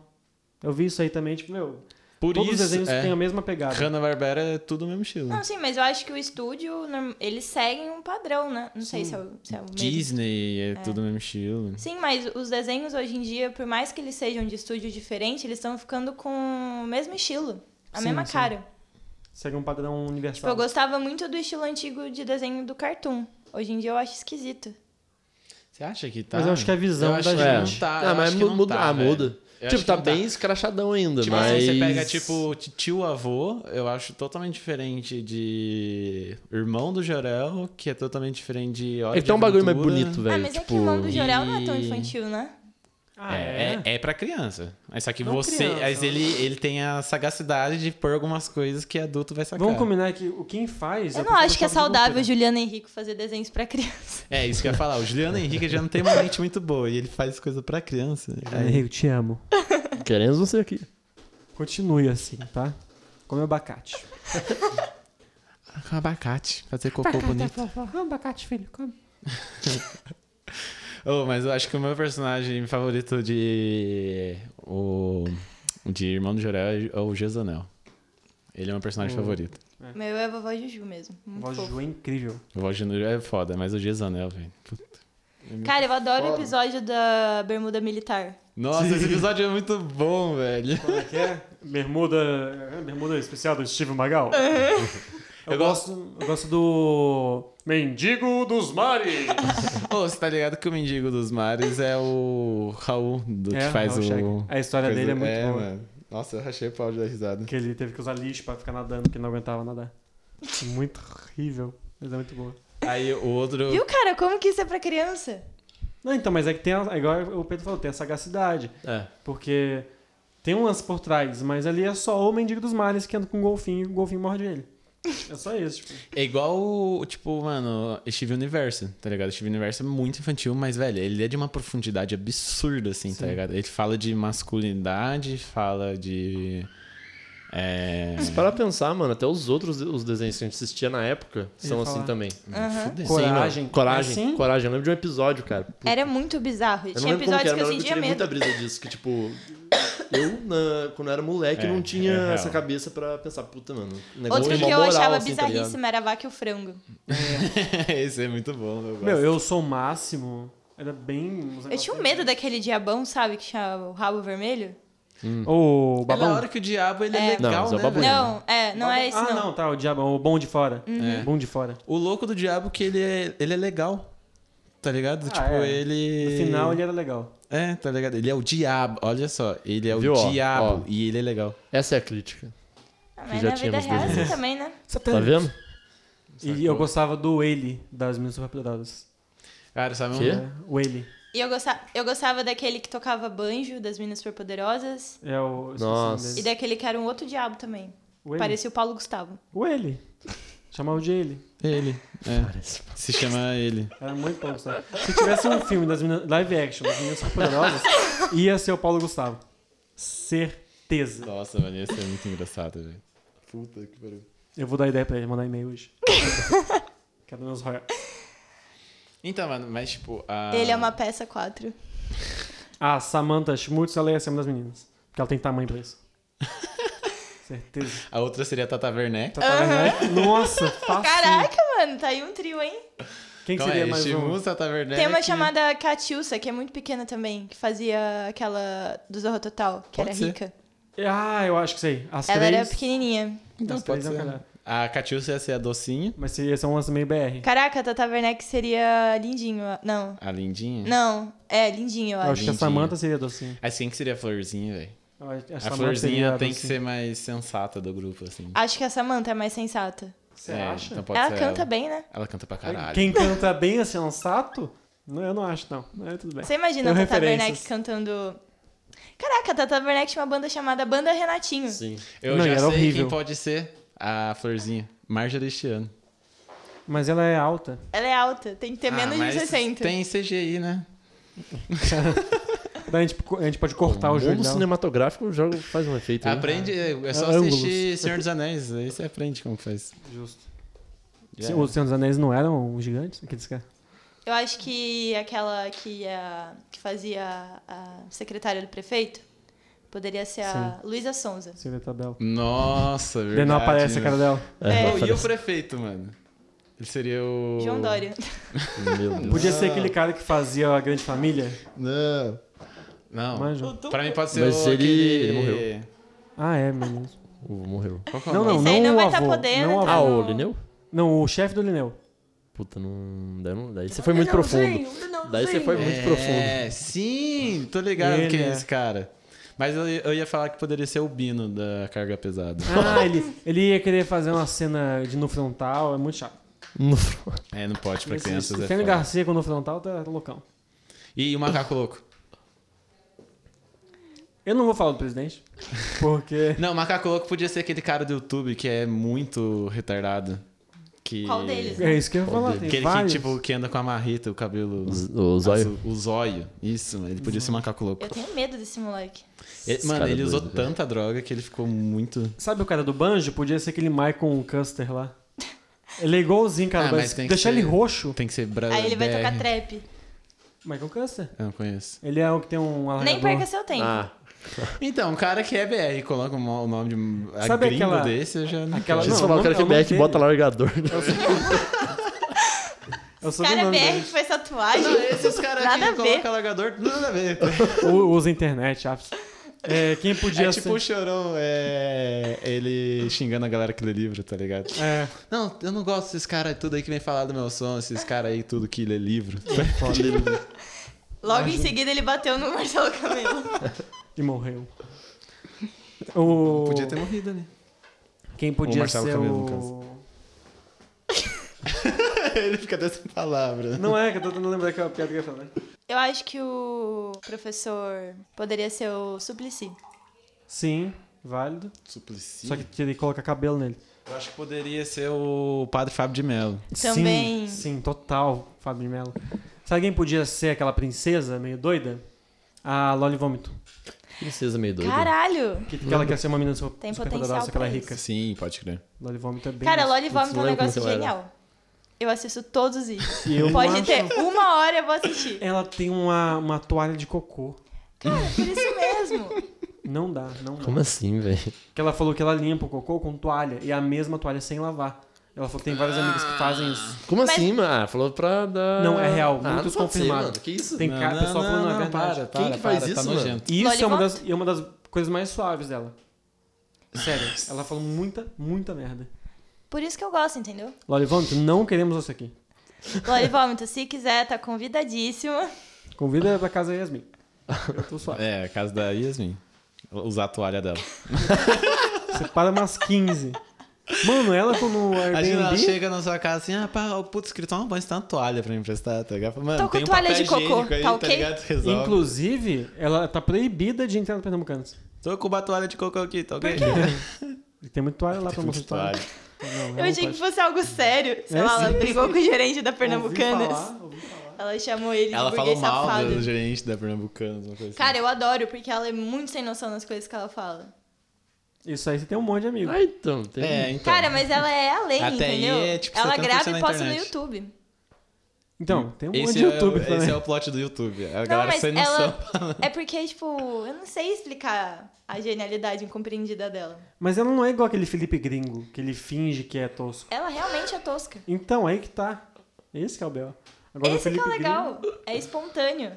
A: Eu vi isso aí também, tipo, meu,
C: Por
A: todos
C: isso,
A: os desenhos
C: é,
A: têm a mesma pegada.
C: Hanna-Barbera é tudo o mesmo estilo.
B: Ah,
D: Não, sim, mas eu acho que o estúdio, norm- eles seguem um padrão, né? Não sei se é o, se é o mesmo.
C: Disney é, tudo o mesmo estilo.
D: Sim, mas os desenhos hoje em dia, por mais que eles sejam de estúdio diferente, eles estão ficando com o mesmo estilo, a
A: Sim,
D: mesma
A: sim.
D: cara.
A: Segue um padrão
D: Tipo, eu
A: universal.
D: gostava muito do estilo antigo de desenho do cartoon. Hoje em dia eu acho esquisito.
C: Você acha que tá?
A: Mas eu acho que é a visão
C: acho
A: da
C: que
A: gente.
C: não tá, eu
B: ah, mas
C: acho que não
B: muda.
C: tá,
B: ah,
C: velho.
B: muda.
C: Eu acho
B: Tipo,
C: que
B: tá
C: não
B: bem escrachadão ainda,
C: Tipo
B: mas...
C: assim, você pega, tipo, t- tio-avô, eu acho totalmente diferente de Irmão do Jorel, que é totalmente diferente de Hora
B: Ele
C: de
B: tem um bagulho mais
C: Aventura.
B: bonito, velho.
D: ah, mas é que
B: tipo...
D: o Mão do Jorel não é tão
C: e-
D: infantil, né?
A: Ah,
C: é,
A: é?
C: é, é pra criança. Mas só que
A: Não
C: você.
A: criança,
C: mas
A: né?
C: ele, ele tem a sagacidade de pôr algumas coisas que adulto vai sacar.
A: Vamos combinar que o quem faz. é
D: Eu
A: o
D: não acho que é
A: pessoal do
D: saudável o
A: Google,
D: Juliano Henrique fazer desenhos pra criança.
C: É, isso que eu ia falar. O Juliano Henrique já não tem uma mente muito boa e ele faz coisa pra criança.
A: né?
C: Aí-
A: Henrique, te amo.
B: Queremos você aqui.
A: Continue assim, tá? Come abacate. um
C: Com abacate, é fazer cocô bonito.
D: tá,
A: Come abacate, filho, come.
C: Oh, mas eu acho que o meu personagem favorito de. O. De Irmão do Joré é o Jezanel. Ele é meu personagem
A: Hum.
C: favorito.
D: Meu é a vovó Juju mesmo.
A: A
D: Muito
A: voz de
D: fofo.
A: Ju é incrível.
C: O Valgino é foda, mas o Jezanel, velho. Puta.
D: Cara, eu adoro o
B: Foda.
D: episódio da bermuda militar.
C: Nossa, esse episódio é muito bom, velho.
A: Como é que é? Bermuda, é, bermuda especial do Steve Magal.
D: É.
A: Eu,
C: Eu
A: gosto, eu gosto do Mendigo dos Mares.
C: Ô, você tá ligado que o Mendigo dos Mares é o Raul, do
A: É,
C: que faz
A: Raul Scheck.
C: o...
A: A história
C: coisa-
A: dele é muito boa.
C: mano. Nossa, eu rachei o pau de dar risada.
A: Que ele teve que usar lixo pra ficar nadando, porque ele não aguentava nadar. Muito horrível, mas é muito boa.
C: Aí o outro...
D: Viu, cara? Como que isso é pra criança?
A: Não, então, mas é que tem, a, igual o Pedro falou, tem a sagacidade.
C: É.
A: Porque tem um lance por trás, mas ali é só o Mendigo dos Mares que anda com um golfinho e o golfinho morde ele. É só isso, tipo.
C: É igual, tipo, mano, Steve Universo, tá ligado? Steve Universo é muito infantil, mas, velho, ele é de uma profundidade absurda, assim, tá
A: Sim.
C: ligado? Ele fala de masculinidade, fala de. É.
B: Se parar pra pensar, mano, até os outros os desenhos que a gente assistia na época
A: ia
B: são assim
A: falar.
B: também.
D: Aham.
C: Fudeu.
A: Coragem.
B: Sim, mano. coragem,
A: É assim?
B: coragem. Eu lembro de um episódio, cara. Puta,
D: Era muito bizarro.
B: eu não
D: Tinha
B: lembro como que
D: episódio
B: era,
D: que
B: mas eu
D: eu
B: lembro que eu
D: sentia
B: tive muita
D: medo.
B: brisa disso, que tipo, eu, na- quando eu era moleque,
C: É,
B: não tinha
C: é real.
B: essa cabeça pra pensar, puta, mano, um negócio
D: Outro
B: de
D: que
B: mó
D: eu
B: moral,
D: achava
B: assim, tá ligado?
D: bizarríssimo era a vaca e o frango.
C: Esse é muito bom, eu gosto.
A: Meu, eu sou o máximo. Era bem. assim. uns
D: Eu
A: negócios
D: tinha um
A: bem-
D: medo daquele diabão, sabe? Que tinha o rabo vermelho.
A: Hum. O
C: É da
A: babão.
C: hora que o diabo ele é,
D: É.
C: legal,
B: Não, mas é o
C: né,
B: babão.
C: velho?
D: Não, é, não é esse
A: Ah,
D: não. Uhum.
A: não, tá, o diabo, o bom de fora.
C: É.
A: Bom de fora.
C: O louco do diabo que ele é, ele é legal. Tá ligado?
A: Ah,
C: tipo,
A: é.
C: ele.
A: No final ele era legal.
C: É, tá ligado? Ele é o diabo. Olha só, ele é
B: Viu, ó,
C: o diabo
B: ó.
C: e ele é legal.
B: Essa é a crítica.
D: Ah, Mas
B: Já
D: na
B: tinha
D: vida
B: nos
D: real é assim
B: desenhos.
D: também, né?
B: Tá vendo?
A: E eu gostava do ele das Minas Superpoderosas.
C: Cara, sabe
B: Quê?
C: um.
A: É, o ele.
D: E eu gostava, eu gostava daquele que tocava banjo, das Minas Superpoderosas.
A: É o. esqueci o nome
B: Nossa.
A: dele.
D: E daquele que era um outro diabo também.
A: O ele.
D: Parecia o Paulo Gustavo.
A: O ele. Chamava de ele.
C: um? Ele. É. Se chama ele.
A: Era muito Paulo Gustavo. Se tivesse um filme das meninas, live action das Minas Superpoderosas, ia ser o Paulo Gustavo. Certeza.
C: Nossa, mano, ia ser muito engraçado, velho. Puta que pariu.
A: Eu vou dar ideia pra ele, mandar e-mail hoje. Cadê meus royalties?
C: Então, mano, mas tipo.
B: Ah.
C: A...
D: Ele é uma peça 4.
A: Ah, Samantha Schmutz, ela ia ser uma das meninas. Porque ela tem tamanho pra isso. Certeza.
C: A outra seria a Tata Werneck.
A: Tá vendo, né? Nossa, fácil.
D: Caraca, mano, tá aí um trio, hein?
A: Quem que
C: Então
A: seria
C: é,
A: mais um?
C: Chimus, Tata Werneck.
D: Tem uma chamada Catiúça, que é muito pequena também, que fazia aquela do Zorro Total, que
C: Pode
D: era
C: ser.
D: rica.
A: Ah, eu acho que sei. As
D: Ela
A: três.
D: era pequenininha.
C: Então,
A: as
C: pode
A: três é um
C: ser.
A: caralho.
C: A Catiúcia ia ser a Docinho.
A: Mas seria ser um lance meio
C: É.
A: BR.
D: Caraca, a Tata Werneck seria lindinho. Não.
C: A Lindinha.
D: Não, é lindinho, eu
A: Eu acho que
D: acho.
A: a
C: Entendi.
A: Samantha seria docinho.
C: Assim que seria a Florzinha, velho.
A: Eu acho que
C: A
A: Samantha
C: Florzinha
A: seria
C: tem que
A: docinho.
C: ser mais sensata do grupo, assim.
D: Acho que a Samantha é mais sensata.
A: Você
C: É,
A: acha?
C: Então pode
D: ela
C: ser
D: canta
C: ela.
D: bem, né?
C: Ela canta pra caralho.
A: Quem canta bem é sensato? Não, eu não acho, não. Não, é tudo bem.
D: Você imagina
A: Tem
D: a Tata
A: referências.
D: Werneck cantando. Caraca, a Tata Werneck tinha uma banda chamada Banda Renatinho.
B: Sim.
C: Eu
A: Não,
C: já
A: era
C: sei
A: horrível.
C: quem pode ser a Florzinha. Marjorie este ano.
A: Mas ela é alta.
D: Ela é alta, tem que ter menos de 60.
C: Ah, Tem CGI, né?
A: Daí a gente, a gente pode
C: um
A: cortar o
B: o
A: joelho
B: mundo
A: dela.
B: cinematográfico já faz um efeito. né?
C: Aprende, Tá é só
A: um
B: Ângulos.
C: assistir Senhor dos Anéis, aí você aprende como que faz.
A: Justo.
C: Já
A: Se-
C: era.
A: Os Senhor dos Anéis não eram gigantes? Aqueles que...
D: Eu acho que aquela que, a, que fazia a secretária do prefeito poderia ser a Luísa Sonza.
A: Você vê tabela.
C: Nossa,
A: Daí
C: verdade.
A: não aparece a
C: né?
A: cara dela.
D: É,
C: Não, e o prefeito, mano? Ele seria o.
D: João Dória.
B: Meu Deus.
A: Podia ser aquele cara que fazia a grande família.
B: Não.
C: Não.
A: Manja.
C: Pra mim pode ser
B: Mas
C: o.
B: ele-
C: aquele-
B: ele morreu.
A: Ah, é, menino.
B: O morreu.
C: Qual que é o
A: Não,
C: nome?
A: não,
D: Esse aí
A: não
D: não
A: o
D: vai tá
A: avô.
D: podendo,
A: Não o
D: tá?
A: avô.
B: Ah, o
D: no-
B: Lineu?
A: Não, o chefe do Lineu.
B: Puta, não. Daí, não- daí você foi é muito profundo. Daí você foi muito profundo.
C: É, sim, tô ligado
A: Ele
C: quem é
A: é.
C: esse cara. Mas eu, eu ia falar que poderia ser o Bino da carga pesada.
A: Ah, ele, ele ia querer fazer uma cena de no frontal, é muito chato.
B: No-
C: É, não pode pra
A: Esse-
C: crianças.
A: esse
C: É
A: Fernando
C: foda.
A: Garcia com no frontal tá loucão.
C: e o macaco louco?
A: Eu não vou falar do presidente, porque.
C: Não, o macaco louco podia ser aquele cara do YouTube que é muito retardado. Que...
D: Qual deles?
A: É isso que eu ia
B: Qual
A: falar.
B: dele?
A: Tem
C: Aquele que,
A: vários.
C: tipo, que anda com a marrita, o cabelo.
B: O zóio.
C: azul, O zóio. Isso, mano. Ele podia ser um macaco louco.
D: Eu tenho medo desse moleque.
C: Ele-
B: Esse
C: mano,
B: cara é
C: ele usou
B: doido,
C: tanta droga que ele ficou muito.
A: Sabe o cara do banjo? Podia ser aquele Michael Custer lá. Ele é igualzinho, cara.
C: Ah,
A: mas
C: mas tem que
A: deixar
C: ser-
A: ele roxo.
C: Tem que ser brasileiro.
D: Aí ele vai tocar trap.
A: Michael Custer.
C: Ah, Eu não conheço.
A: Ele é o que tem um
D: Nem
A: alargador.
D: perca seu tempo.
B: Ah,
C: Então, um cara que é BR, coloca o mo- o nome de um a
A: Sabe
C: gringo
A: aquela-
C: desse, eu já não
A: aquela-
C: quero.
B: Deixa
A: não,
B: eu falar
A: o
B: o
A: nome-
B: cara que
A: é o nome
B: BR que
A: dele.
B: bota largador. né?
A: Eu
D: Esse cara é BR que faz tatuagem.
C: Não, esses caras
D: Nada a
C: que
D: ver.
C: colocam largador, nada a ver.
A: tipo, Usa internet, apps. É, quem podia
C: É tipo o Chorão, é... ele xingando a galera que lê livro, tá ligado?
A: ser... É,
C: Não, eu não gosto desses caras tudo aí que vem falar do meu som, esses caras aí tudo que lê livro.
D: Logo em seguida ele bateu no Marcelo Camelo.
A: e morreu. O...
C: Podia ter morrido né? ali.
A: Quem podia
C: Marcelo
A: ser
C: Camelo,
A: o...
C: no ele fica até sem palavra.
A: Não é, que eu tô tentando lembrar que é uma piada que eu ia falar.
D: Eu acho que o professor poderia ser o Suplicy.
A: Sim, válido.
C: Suplicy.
A: Só que ele coloca cabelo nele.
C: Eu acho que poderia ser o Padre Fábio de Mello.
D: Também.
A: Sim, sim, total, Fábio de Mello. Sabe quem podia ser aquela princesa meio doida? A Loli Vômito.
B: Princesa meio doida.
D: Caralho!
A: Que, que ela quer ser uma menina super
D: Tem
A: super
D: potencial
A: poderosa, só que ela é
D: pra
A: rica.
C: Sim, pode crer.
A: Loli Vômito é bem.
D: Cara,
A: isso.
D: Loli Vomit é um
B: lembra como
D: negócio
B: ela era?
D: genial. Eu assisto todos os vídeos.
A: E eu
D: Pode
A: acho-
D: ter uma hora eu vou assistir.
A: Ela tem uma, uma toalha de cocô.
D: Cara, é por isso mesmo.
A: Não dá, não dá.
B: Como assim, velho?
A: Que ela falou que ela limpa o cocô com toalha e a mesma toalha sem lavar. Ela falou que tem várias amigas que fazem isso.
B: Como
D: Mas-
B: assim, mano? Ah, falou pra dar.
A: Não, é real,
B: Ah,
A: muitos
B: não pode ser,
A: confirmados.
B: mano. Que isso?
A: Tem cara, pessoal falando, não, é verdade.
B: Quem
C: Para, para,
B: que faz
C: para,
B: isso,
C: tá
B: mano?
C: nojento.
A: E isso é uma,
D: Lollipops?
A: das, e é uma das coisas mais suaves dela. Sério, ela falou muita, muita merda.
D: Por isso que eu gosto, entendeu?
A: Loli Vômito, não queremos você aqui.
D: Loli Vômito, se quiser, tá convidadíssima.
A: Convida pra casa a Yasmin. Eu tô suave.
C: É, a casa da Yasmin. Usar a toalha dela.
A: Você para umas 15. Mano, ela como
C: Imagina, ela
A: Airbnb.
C: chega na sua casa assim, ah, pá, o puto escritor não pode tanta toalha pra me emprestar, tá ligado? Fala, Mano,
D: Tô com
C: tem um
D: toalha
C: papel
D: de cocô,
C: higiênico aí,
D: tá ok?
C: ligado? Resolve.
A: Inclusive, ela tá proibida de entrar no Pernambucanos.
C: Tô com uma toalha de cocô aqui, tá ok?
A: E Tem muito toalha lá pra mostrar.
C: Muito Tipo, toalha.
A: Não, é
D: Eu
A: ela
D: achei que fosse algo sério. Sei
A: É,
D: lá, ela
A: sim.
D: brigou com o gerente da
A: não pode. Ouvi
D: Pernambucanas.
A: falar, ouvi falar.
D: Ela chamou ele
C: Ela
D: de
C: falou
D: burguês
C: mal
D: safado.
C: do gerente da Pernambucanos, uma coisa assim.
D: Cara, eu adoro, porque ela é muito sem noção nas coisas que ela fala.
A: Isso aí você tem um monte de amigo.
B: Ah, então. Tem...
C: É, então.
D: Cara, mas ela é além,
C: Até aí
D: entendeu?
C: é, tipo,
D: ela
C: 70%
D: grava e
C: na
D: posta no
C: internet.
D: YouTube.
A: Então, tem um monte
C: esse
A: de YouTube
C: é, o-
A: também.
C: Esse é o plot do YouTube. A
D: Não,
C: galera
D: mas
C: sem noção.
D: ela. É porque, tipo, eu não sei explicar a genialidade incompreendida dela.
A: Mas ela não é igual aquele Felipe Gringo, que ele finge que é tosco.
D: Ela realmente é tosca.
A: Então, aí que tá. Esse que é o Bel. Agora o
D: Esse que
A: Felipe
D: é o
A: Gringo...
D: legal. É espontâneo.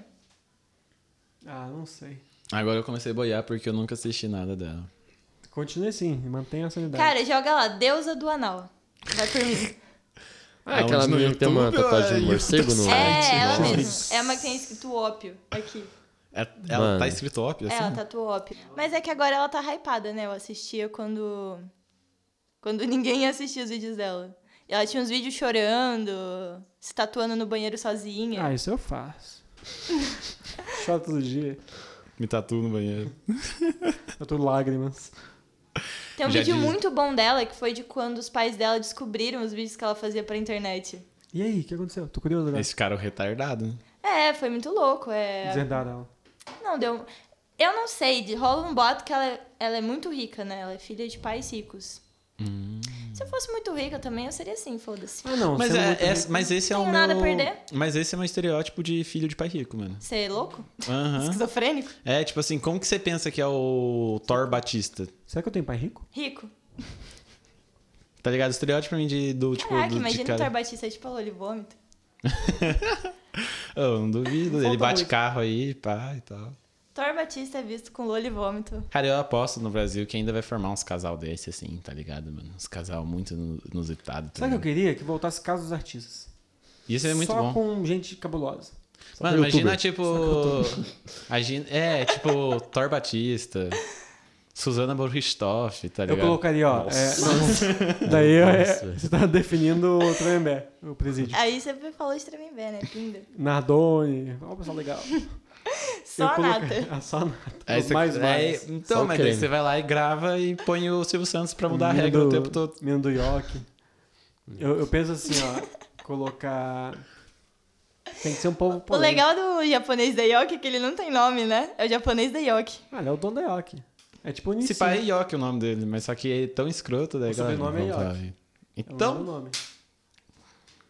A: Ah, não sei.
C: Agora eu comecei a boiar porque eu nunca assisti nada dela.
A: Continue assim, mantenha a sanidade.
D: Cara, joga lá, deusa do anal. Vai por mim.
B: Ah, aquela
C: Aonde no
B: menina que tem uma
C: YouTube,
B: tatuagem de
C: é,
B: morcego no.
D: É, ela
A: nossa.
D: mesmo. É uma que tem escrito ópio aqui.
C: É- Ela
B: Mano.
C: tá escrito óbvio, assim?
D: É, ela tatuou ópio. Mas é que agora ela tá hypada, né? Eu assistia quando. Quando ninguém assistia os vídeos dela. E Ela tinha uns vídeos chorando, se tatuando no banheiro sozinha.
A: Ah, isso eu faço. Chora todo dia.
C: Me tatuo no banheiro.
A: Eu tô lágrimas.
D: Tem um
C: já
D: vídeo
C: diz-
D: muito bom dela que foi de quando os pais dela descobriram os vídeos que ela fazia pra internet.
A: E aí, o que aconteceu? Tô curioso agora.
C: Esse cara é o retardado, né?
D: É, foi muito louco. É...
A: Deserdar ela.
D: Não, deu. um, Eu não sei, de rola um boato que ela é, ela é muito rica, né? Ela é filha de pais ricos.
C: Hum.
D: Se eu fosse muito rica também, eu seria assim, foda-se.
A: Ah, não.
C: Mas,
A: sendo
C: é-
A: muito
C: é-
A: rico-
C: mas esse é o
D: Tenho
C: meu...
D: nada a perder.
C: Mas esse é um estereótipo de filho de pai rico, mano.
D: Você é louco?
C: Aham.
D: Esquizofrênico?
C: É, tipo assim, como que você pensa que é o Thor Batista?
A: Será que eu tenho pai rico?
D: Rico.
C: Tá ligado? O estereótipo pra mim de, do, tipo,
D: Caraca,
C: do, de
D: imagina o
C: cara...
D: Thor Batista de Paloli vômito.
C: Eu não duvido.
A: Falta
C: Ele bate
A: muito.
C: carro aí, pá, e tal.
D: Thor Batista é visto com loli vômito.
C: Cara, eu aposto no Brasil que ainda vai formar uns casal desse, assim, tá ligado, mano? Uns casal muito inu- inusitado. Tá
A: Sabe o que eu
C: ligado?
A: queria? Que voltasse Casa dos Artistas.
C: Isso é muito
A: Só
C: bom.
A: com gente cabulosa.
C: Mano,
B: com
C: imagina,
B: youtuber.
C: tipo... imagina- é, tipo, Thor Batista, Suzana Borristoff, tá
A: Eu
C: ligado?
A: colocaria, ó.
C: Nossa.
A: é, não, não. Daí é,
B: Nossa.
A: você tá definindo o Tremembé, o presídio.
D: Aí você falou de Tremembé, né? Pinda.
A: Nardone. Ó, o pessoal legal.
D: Só a
A: Eu coloca-
D: nata.
A: Ah, só a nata.
C: Aí
A: Os
C: você-
A: mais
C: aí-
A: mais.
C: então,
B: Só o
C: mas daí
B: creme.
C: você vai lá e grava e põe o Silvio Santos pra mudar a regra o tempo todo.
A: Menino do York. Eu, eu penso assim, ó. colocar... Tem que ser um povo
D: O
A: polêmico.
D: legal do japonês da Yoki é que ele não tem nome, né? É o japonês da Yoki.
A: Ah, ele é o dono da York. É tipo o
C: Esse
A: Nissin.
C: pai é Yoki o nome dele, mas só que ele é tão escroto daí.
A: O sobrenome é Yoki. É o mesmo
C: Então,
A: nome.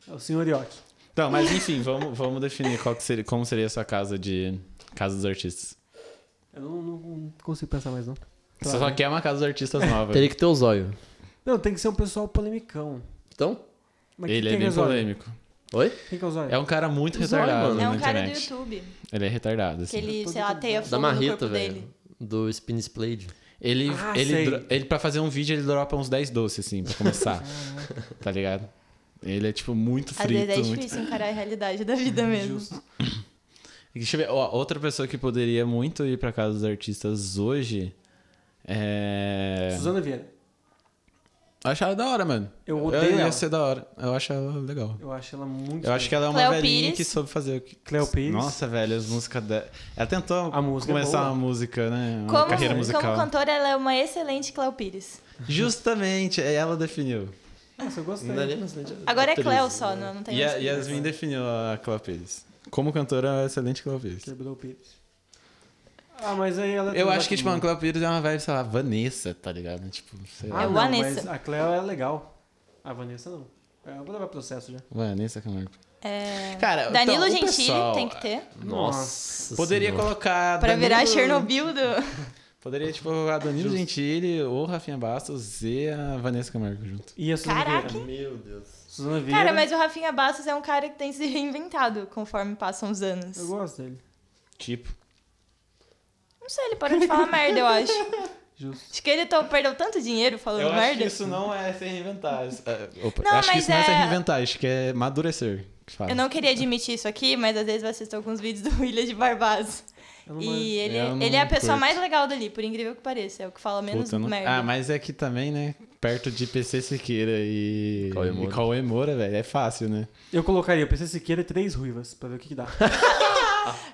A: É o senhor York.
C: então, mas enfim, vamos, vamos definir qual que seria, como seria a sua casa de casa dos artistas.
A: Eu não, não- não consigo pensar mais, não.
C: Você só quer uma casa dos artistas nova.
B: Teria que ter o zóio.
A: Não, tem que ser um pessoal polemicão.
B: Então?
A: Mas
C: Ele
A: quem
C: é
A: que
C: bem
A: o Zóio?
C: polêmico.
B: Oi?
A: Quem que é o Zóio?
C: É um cara muito
B: Zóio,
C: retardado
B: mano.
D: É
C: na
D: um cara do
C: internet.
D: YouTube.
C: Ele é retardado, assim.
D: Que ele, sei lá, teia
B: Da
D: fogo no
B: Marrita,
D: corpo
B: velho.
D: dele.
B: Do Spin Splade.
C: Ele,
A: Ah, sei.
C: ele, dro- ele, pra fazer um vídeo, ele dropa uns 10 doces, assim, pra começar.
A: Ah,
C: tá ligado? Ele é, tipo, muito
D: Às
C: frito.
D: vezes é
C: muito-
D: difícil encarar a realidade da vida mesmo.
C: Deixa eu ver. ó, outra pessoa que poderia muito ir pra casa dos artistas hoje é.
A: Suzana Vieira.
C: Eu achava da hora, mano.
A: Eu odeio
C: eu ia
A: ela.
C: ser da hora. Eu acho ela legal.
A: Eu acho ela muito.
C: Eu acho que ela é uma
D: Cleo
C: velhinha
D: Pires.
C: que soube fazer o que.
A: Cleo Pires.
C: Nossa, velho, as músicas dela. Ela tentou
A: A música é
C: começar
A: boa.
C: uma música, né? Uma
D: Como,
C: carreira
D: como
C: musical.
D: cantora, ela é uma excelente Cléo Pires.
C: Justamente, é ela definiu. é-
A: Nossa, eu gostei.
B: Não dá nem pra sentir.
D: Agora é Cléo
B: Terezinha.
D: só, não, não tem né?
C: E é- a
D: mais
C: Yasmin definiu a Cleo Pires. Como cantora, ela é excelente Cleo Pires.
A: Quebrou o Pires. Ah, mas aí ela.
C: Eu acho que, tipo, a Cleo Pires é uma vibe, sei lá, Vanessa, tá ligado? Tipo, sei
A: Ah,
C: lá.
D: É
A: não,
D: o Vanessa.
A: mas a Cleo é legal. A Vanessa não. É, Eu vou levar processo já.
C: Vanessa Camargo.
D: É,
C: Cara, então,
D: Danilo
C: o
D: Gentili
C: pessoal-
D: tem que ter.
B: Nossa.
C: Poderia
B: Senhora.
C: colocar.
D: Pra
C: Danilo-
D: virar Chernobyl do.
C: Poderia, tipo, colocar Danilo Gentili ou Rafinha Bastos e a Vanessa Camargo junto.
A: E a Suzana
D: Caraca,
A: Vieira.
B: Meu Deus.
A: Suzana Vieira.
D: Cara, mas o Rafinha Bastos é um cara que tem se reinventado conforme passam os anos.
A: Eu gosto dele.
C: Tipo.
D: Não sei, ele parou de falar merda, eu acho.
A: Justo.
D: Acho que ele to- perdeu tanto dinheiro falando
C: Eu acho
D: merda.
C: que isso não é se reinventar. Isso- é, opa,
D: Não,
C: acho que
D: mas
C: isso não é se
D: é-
C: reinventar, acho que é madurecer. Que fala.
D: Eu não queria admitir isso aqui, mas às vezes eu assisto alguns vídeos do William de Barbados.
A: Eu não manjo.
D: E ele,
C: Eu não
D: ele é a pessoa
C: curto.
D: mais legal dali, por incrível que pareça. É o que fala menos
C: Puta, não-
D: merda.
C: Ah, mas é que também, né? Perto de PC Siqueira e
B: Cauê Moura.
C: e Cauê Moura, velho, é fácil, né?
A: Eu colocaria, eu pensei Siqueira e três ruivas, pra ver o que, que dá.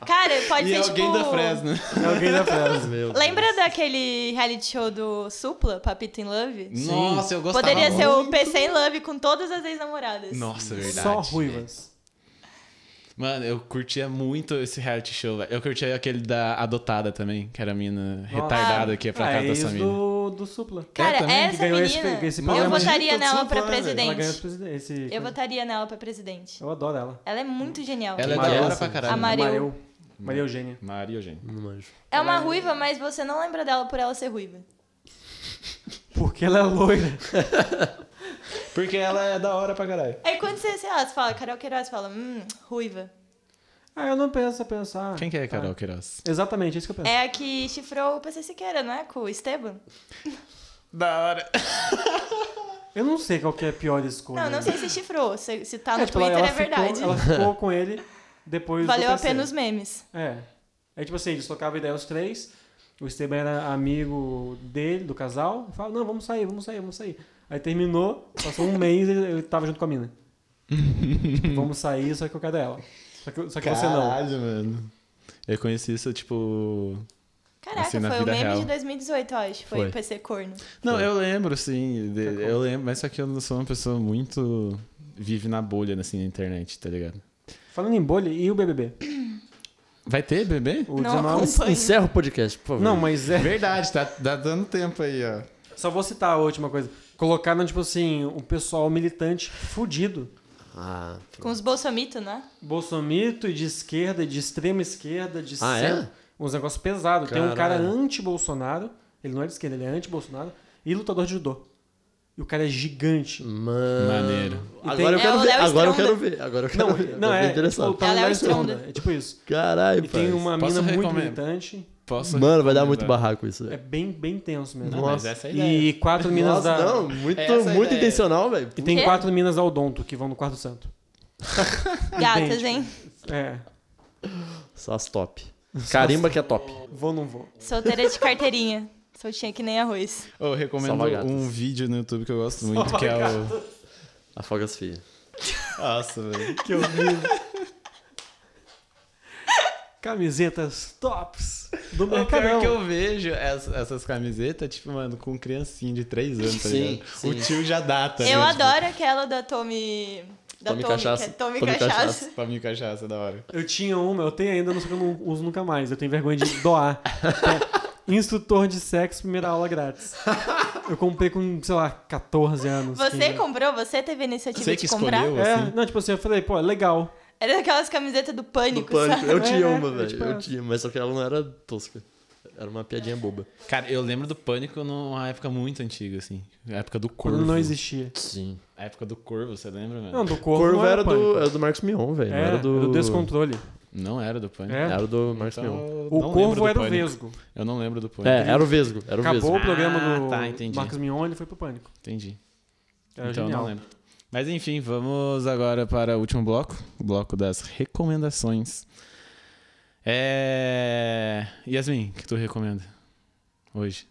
D: Cara, pode
C: e é
D: ser
C: alguém
D: tipo...
C: da Fresno.
A: É alguém da frase.
B: Meu Deus.
D: Lembra daquele reality show do Supla, Papito in Love?
C: Nossa, eu gostava
D: Poderia ser
C: muito.
D: o PC in Love com todas as ex-namoradas.
C: Nossa, verdade.
A: Só
C: velho.
A: ruivas.
C: Mano, eu curtia muito esse reality show, velho. Eu curtia aquele da Adotada também, que era a mina retardada que ia pra
A: Ah,
C: casa da
A: ex
C: sua mina.
A: do, do Supla.
D: Cara,
C: também, que
D: essa
A: ganhou
D: menina,
A: esse- esse
D: eu
A: programa.
D: votaria
C: Maldita
D: nela
C: Supla,
D: pra
C: velho.
A: Ela ganhou esse
D: é presidente.
A: presiden- esse.
D: Eu
A: coisa.
D: votaria nela pra presidente.
A: Eu adoro ela.
D: Ela é muito genial.
C: Ela é
B: Maria
C: da hora
B: Elsa.
C: pra caralho.
D: Amar- Mareu.
A: Mareu. Maria Eugênia.
C: Maria Eugênia.
B: Não manjo.
D: É uma ruiva, mas você não lembra dela por ela ser ruiva.
A: Porque ela é loira.
C: Porque ela é da hora pra caralho.
D: Aí quando você, sei lá, você fala, Carol Queiroz, você fala, hum, ruiva.
A: Ah, eu não penso a pensar.
C: Quem que é
A: Tá.
C: Carol Queiroz?
A: Exatamente, é isso que eu penso.
D: É a que chifrou o PC Siqueira, não é? Com o Esteban?
C: Da hora.
A: Eu não sei qual que é a pior escolha.
D: Não, não sei se chifrou. Se, se tá no
A: É, tipo,
D: Twitter,
A: ela
D: é verdade.
A: Ficou, ela ficou com ele depois
D: Valeu
A: do
D: a
A: PC.
D: pena os memes.
A: É. É tipo assim, eles trocavam ideia os três. O Esteban era amigo dele, do casal. Fala, não, vamos sair, vamos sair, vamos sair. Aí terminou, passou um mês e ele ele tava junto com a mina. Tipo, vamos sair, só que eu quero ela. Só que, só que você não.
C: Caralho, mano. Eu conheci isso, tipo...
D: Caraca,
C: Assim, na
D: foi o
C: vida
D: meme
C: real.
D: de 2018, eu acho. Foi,
B: Foi.
D: o PC corno.
C: Não,
B: Foi.
C: eu lembro, sim. de-
A: Ficou.
C: eu lembro, mas só que eu não sou uma pessoa muito... Vive na bolha, assim, na internet, tá ligado?
A: Falando em bolha, e o BBB?
C: Vai ter bebê?
A: O
D: Não
A: 19.
B: assim?
C: né?
D: acompanho.
B: Encerra o podcast, por favor.
A: Não, mas é.
C: Verdade, tá, tá dando tempo aí, ó.
A: Só vou citar a última coisa. Colocaram, tipo assim, um pessoal militante fudido.
B: Ah,
D: Com os bolsomito, né?
A: Bolsomito e de esquerda, e de extrema esquerda, de
B: Ah, é?
A: centro. Uns negócios pesados. Tem um cara
B: Caralho.
A: anti-Bolsonaro. Ele não é de esquerda, ele é anti-Bolsonaro. E lutador de judô. E o cara é gigante.
B: mano.
C: Maneiro.
B: Agora eu
D: É
B: quero
D: o
B: ver.
D: Léo
B: Agora eu
D: Stronda.
B: quero ver. Agora eu quero
A: Não,
B: ver.
A: não
B: Eu tô
A: é.
B: interessado.
A: tipo, tá
D: Ela é
A: ligado,
D: estronda.
A: É tipo isso.
B: Caralho,
A: E tem
B: parça.
A: uma
C: Posso
A: mina muito
C: recomendar?
A: militante.
C: Posso
B: Mano, vai dar
C: recomendar.
B: muito barraco isso.
A: É
B: velho.
A: bem, bem tenso mesmo.
C: Não, mas essa é a ideia.
A: e quatro minas
B: Nossa,
A: da.
B: não. Muito,
C: Essa é a
B: muito
C: ideia.
B: intencional, velho.
A: E tem
D: Quê?
A: quatro minas da Odonto que vão no quarto santo.
D: Gatas, hein?
A: É.
B: Só as top. Carimba que é top.
A: Vou ou não vou?
D: Solteira de carteirinha. Soltinha que nem arroz.
C: Eu recomendo
B: Salvagatas.
C: um vídeo no YouTube que eu gosto muito, que é o.
B: Afoga as filhas.
C: Nossa, velho.
A: Que horrível. Camisetas tops do
C: O pior
A: Mercadão.
C: que eu
B: um.
C: vejo essa- essas camisetas, tipo, mano, com criancinha de 3 anos, tá
B: Sim,
C: ligado?
B: sim.
C: O tio já dá, tá
D: eu
C: ligado?
D: adoro aquela da Tommy... Da
B: Tommy
D: Tommy,
B: Cachaça.
D: que é Tommy,
B: Tommy
D: Cachaça.
B: Cachaça.
C: Pra mim, cachaça, é da hora.
A: Eu tinha uma, eu tenho ainda, não sei que eu não uso nunca mais. Eu tenho vergonha de doar. Então, instrutor de sexo, primeira aula grátis. Eu comprei com, sei lá, 14 anos.
D: Você
A: 15 anos.
D: comprou? Você teve a iniciativa
C: Você
D: de
C: que
D: comprar?
C: escolheu,
A: É,
C: assim.
A: não, tipo assim, eu falei, pô, é legal.
D: Era daquelas camisetas do
B: Do
D: pânico,
B: pânico.
D: sabe?
B: Eu tinha
A: É,
B: uma,
A: é,
B: velho.
A: tipo
B: Eu
A: essa.
B: tinha, mas só que ela não era tosca. Era uma piadinha boba.
C: Cara, eu lembro do Pânico numa época muito antiga, assim. A época do Corvo.
A: Quando não existia.
B: Sim.
C: A época do Corvo, você lembra, velho?
A: Não, do corvo.
B: Corvo
A: não
B: era,
A: pânico.
B: do, era do Marcos Mion, velho. não
A: É,
B: era do.
A: descontrole.
C: Não era do Pânico.
A: É.
B: Era do Marcos
C: Então,
B: Mion.
C: eu
A: O
C: não lembro
A: corvo
C: do
A: era o
C: Pânico.
A: Vesgo.
C: Eu não lembro do Pânico.
B: É, era o Vesgo. Era o
A: Acabou
B: Vesgo.
A: o programa
C: Ah,
A: do
C: tá, entendi.
A: Marcos Mignon, ele foi pro Pânico.
C: Entendi.
A: Era
C: então eu
A: genial.
C: não lembro. Mas enfim, vamos agora para o último bloco, o bloco das recomendações. É... Yasmin, o que tu recomenda hoje?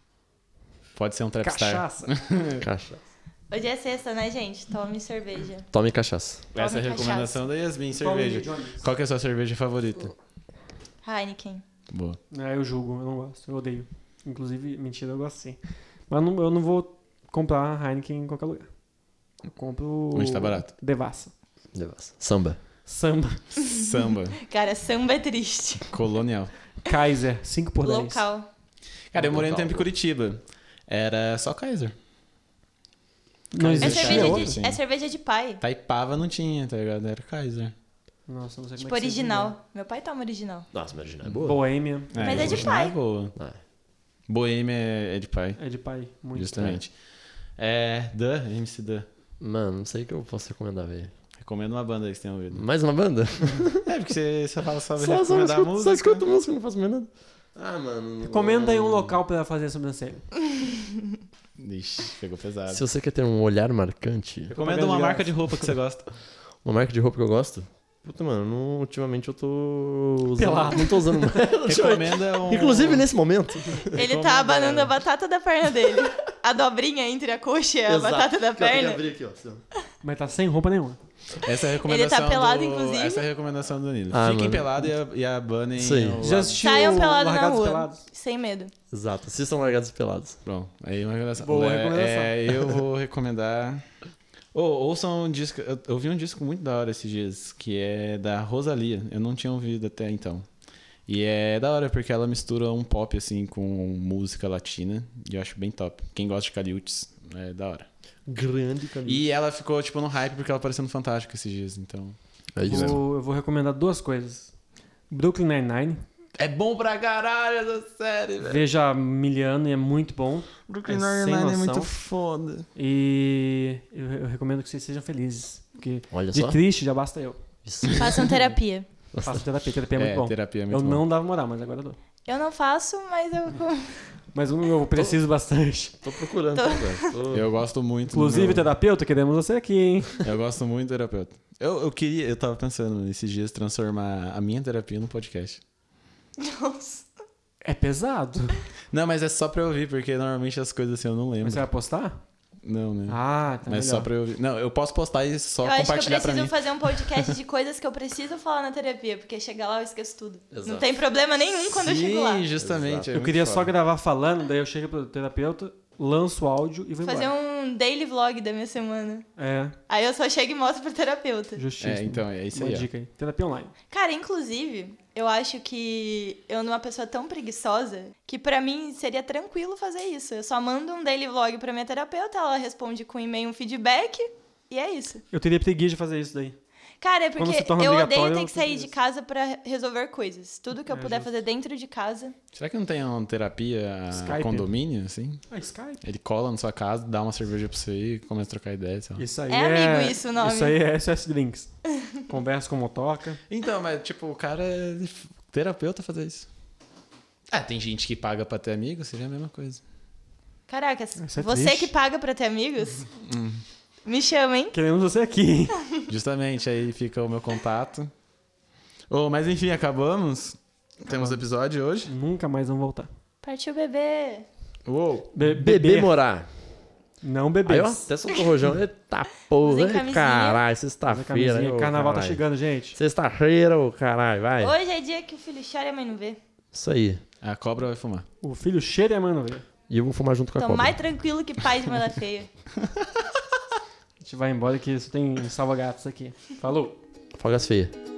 C: Pode ser um trapstar.
A: Cachaça.
B: Cachaça.
D: Hoje é sexta, né, gente? Tome cerveja.
B: Tome cachaça.
C: Essa é a
D: Tome
C: recomendação da Yasmin, cerveja.
A: Tommy Lee Jones.
C: Qual que é a sua cerveja favorita?
D: Heineken.
C: Boa.
A: É, eu julgo, eu não gosto, eu odeio. Inclusive, mentira, eu gosto sim. Mas não- eu não vou comprar Heineken em qualquer lugar. Eu compro.
C: Onde tá barato?
A: Devassa.
B: Devassa. Samba.
A: Samba.
C: Samba,
D: Cara, samba é triste.
C: colonial.
A: Kaiser, 5 por 10.
D: Local.
C: Cara, eu morei um
B: Total.
C: tempo em Curitiba. Era só Kaiser.
A: Não
D: É
A: existe
C: cerveja
A: é
D: cerveja,
C: outro,
D: de,
C: sim.
D: é cerveja de pai.
C: Taipava não tinha, tá ligado? Era Kaiser.
A: Nossa, não sei
D: Tipo,
A: como é que vocês
D: original. Meu pai toma original.
B: Nossa, mas original é
A: viram.
B: boa.
A: Boêmia.
D: Mas é de
C: não
D: pai.
C: É boa.
B: Ah,
C: Boêmia é é de pai.
A: É de pai, muito.
C: Justamente. É, Dan, MC Dan.
B: Mano, não sei o que eu posso recomendar, velho.
C: Recomendo uma banda aí que você tem ouvido.
B: Mais uma banda?
C: É, porque você só fala sobre
B: Só, só,
C: recomendar
B: escuto, só
C: música.
B: escuto música, não faço mais nada. Ah, mano.
A: Recomenda aí um local pra fazer a sobrancelha.
C: Ixi, pegou pesado.
B: Se você quer ter um olhar marcante,
C: Recomendo uma marca de roupa que você gosta.
B: uma marca de roupa que eu gosto. Puta, mano, não- ultimamente eu tô. Usando,
A: Pelado.
B: Não tô usando mais.
C: Recomenda um...
B: Inclusive nesse momento.
D: Ele
C: Recomenda.
D: tá abanando a batata da perna dele. A dobrinha entre a coxa e a batata da perna.
B: abrir aqui, ó.
A: Mas tá sem roupa nenhuma.
C: Essa é a recomendação
D: tá pelado,
C: do...
D: inclusive.
C: Essa é a recomendação do Danilo.
B: Ah,
C: Fiquem
B: mano.
C: pelado e, a- e abanem
B: Isso aí.
C: o...
A: Já assistiu
D: Saiam pelado na
A: Largados
D: rua.
A: Pelados?
D: Sem medo.
B: Exato, assistam largados e pelados.
C: Pronto, aí uma recomendação.
A: Boa
C: É,
A: recomendação.
C: é, eu vou recomendar... Ô, ouçam um disco... Eu, eu vi um disco muito da hora esses dias, que é da Rosalia. Eu não tinha ouvido até então. E é da hora, porque ela mistura um pop, assim, com música latina. E eu acho bem top. Quem gosta de caliutes, é da hora.
B: Grande caminho.
C: E ela ficou, tipo, no hype porque ela apareceu no Fantástico esses dias, então.
B: É isso.
A: Vou- eu vou recomendar duas coisas. Brooklyn Nine-Nine.
C: É bom pra caralho essa série, velho.
A: Veja Miliano e é muito bom.
C: Brooklyn
A: É sem
C: Nine-Nine é
A: noção.
C: muito foda.
A: E eu, eu recomendo que vocês sejam felizes. Porque
B: Olha
A: de
B: só.
A: triste já basta eu.
B: Isso.
D: Façam terapia.
A: Eu faço terapia, terapia é muito bom.
C: terapia é muito
A: eu
C: bom.
A: não dava moral, mas agora eu dou.
D: Eu não faço, mas eu.
A: Mas um eu preciso bastante.
B: Tô procurando
D: Tô.
B: agora. Tô-
C: Eu gosto muito. do
A: Inclusive,
C: meu-
A: terapeuta, queremos você aqui, hein?
C: Eu gosto muito do terapeuta. Eu, eu queria, eu tava pensando nesses dias transformar a minha terapia num podcast.
D: Nossa.
A: É pesado.
C: Não, mas é só pra eu ouvir, porque normalmente as coisas assim eu não lembro.
A: Mas você vai postar?
C: Não, né?
A: Ah, tá
C: mas
A: melhor.
C: só pra eu ouvir. Não, eu posso postar e só
D: eu acho que eu
C: compartilhar pra mim.
D: preciso fazer um podcast de coisas que eu preciso falar na terapia, porque chegar lá eu esqueço tudo. Não
B: Exato.
D: tem problema nenhum quando eu chego lá.
C: Sim, justamente.
B: Exato.
C: é
A: Eu
C: muito
A: queria só
C: foda.
A: gravar falando, daí eu chego pro terapeuta, lanço o áudio e vou
D: Fazer
A: embora.
D: um daily vlog da minha semana.
A: É,
D: Aí eu só chego e mostro pro terapeuta.
A: justiça.
C: É, então, é isso
A: Uma
C: aí. ó.
A: dica aí. Terapia online.
D: Cara, inclusive, eu acho que eu não é uma pessoa tão preguiçosa que pra mim seria tranquilo fazer isso. Eu só mando um daily vlog pra minha terapeuta, ela responde com e-mail um feedback e é isso.
A: Eu teria preguiça de fazer isso daí.
D: Cara, é
A: Quando se
D: porque
A: torna
D: eu odeio
A: obrigatório,
D: ter
A: eu
D: que sair
A: fico
D: de casa pra resolver coisas. Tudo que eu
A: É,
D: puder
A: justo.
D: fazer dentro de casa.
C: Será que não tem uma terapia
A: Skype.
C: condomínio, assim?
A: Ah, Skype. Isso.
C: Ele cola na sua casa, dá uma cerveja pra você e começa a trocar ideia, sei lá.
A: aí
D: É
A: é...
D: amigo isso, o nome.
A: Isso aí é SS Drinks. Conversa com motoca.
C: Então, mas tipo, o cara é f- terapeuta fazer isso. Ah, tem gente que paga pra ter amigo, seria a mesma coisa.
D: Caraca,
A: Isso é
D: você
A: triste. Uhum.
D: que paga pra ter amigos? Me chama, hein?
A: Queremos você aqui, hein?
C: Justamente, aí fica o meu contato. Oh, mas enfim, acabamos. Temos episódio hoje.
A: Nunca mais vão voltar.
D: Partiu bebê.
C: Uou!
A: Be-
B: Bebê
A: beber,
B: morar.
A: não
B: Aí,
A: beber.
B: ó, até soltou o rojão. Eita porra,
D: Usem camisinha.
B: caralho,
A: Fazer
B: sexta-feira. hein,
A: camisinha.
B: ô,
A: Carnaval tá
B: caralho.
A: chegando, gente.
B: Sexta-feira, ô caralho, vai.
D: Hoje é dia que o filho chora e a mãe não vê.
B: Isso aí.
C: A cobra vai fumar.
A: O filho cheira e a mãe não vê. A
B: E eu vou fumar junto com a
D: Então,
B: cobra.
D: mais tranquilo que pai de manda feia.
A: gente vai embora que isso tem salva-gatos aqui. Falou.
B: Folgas feia.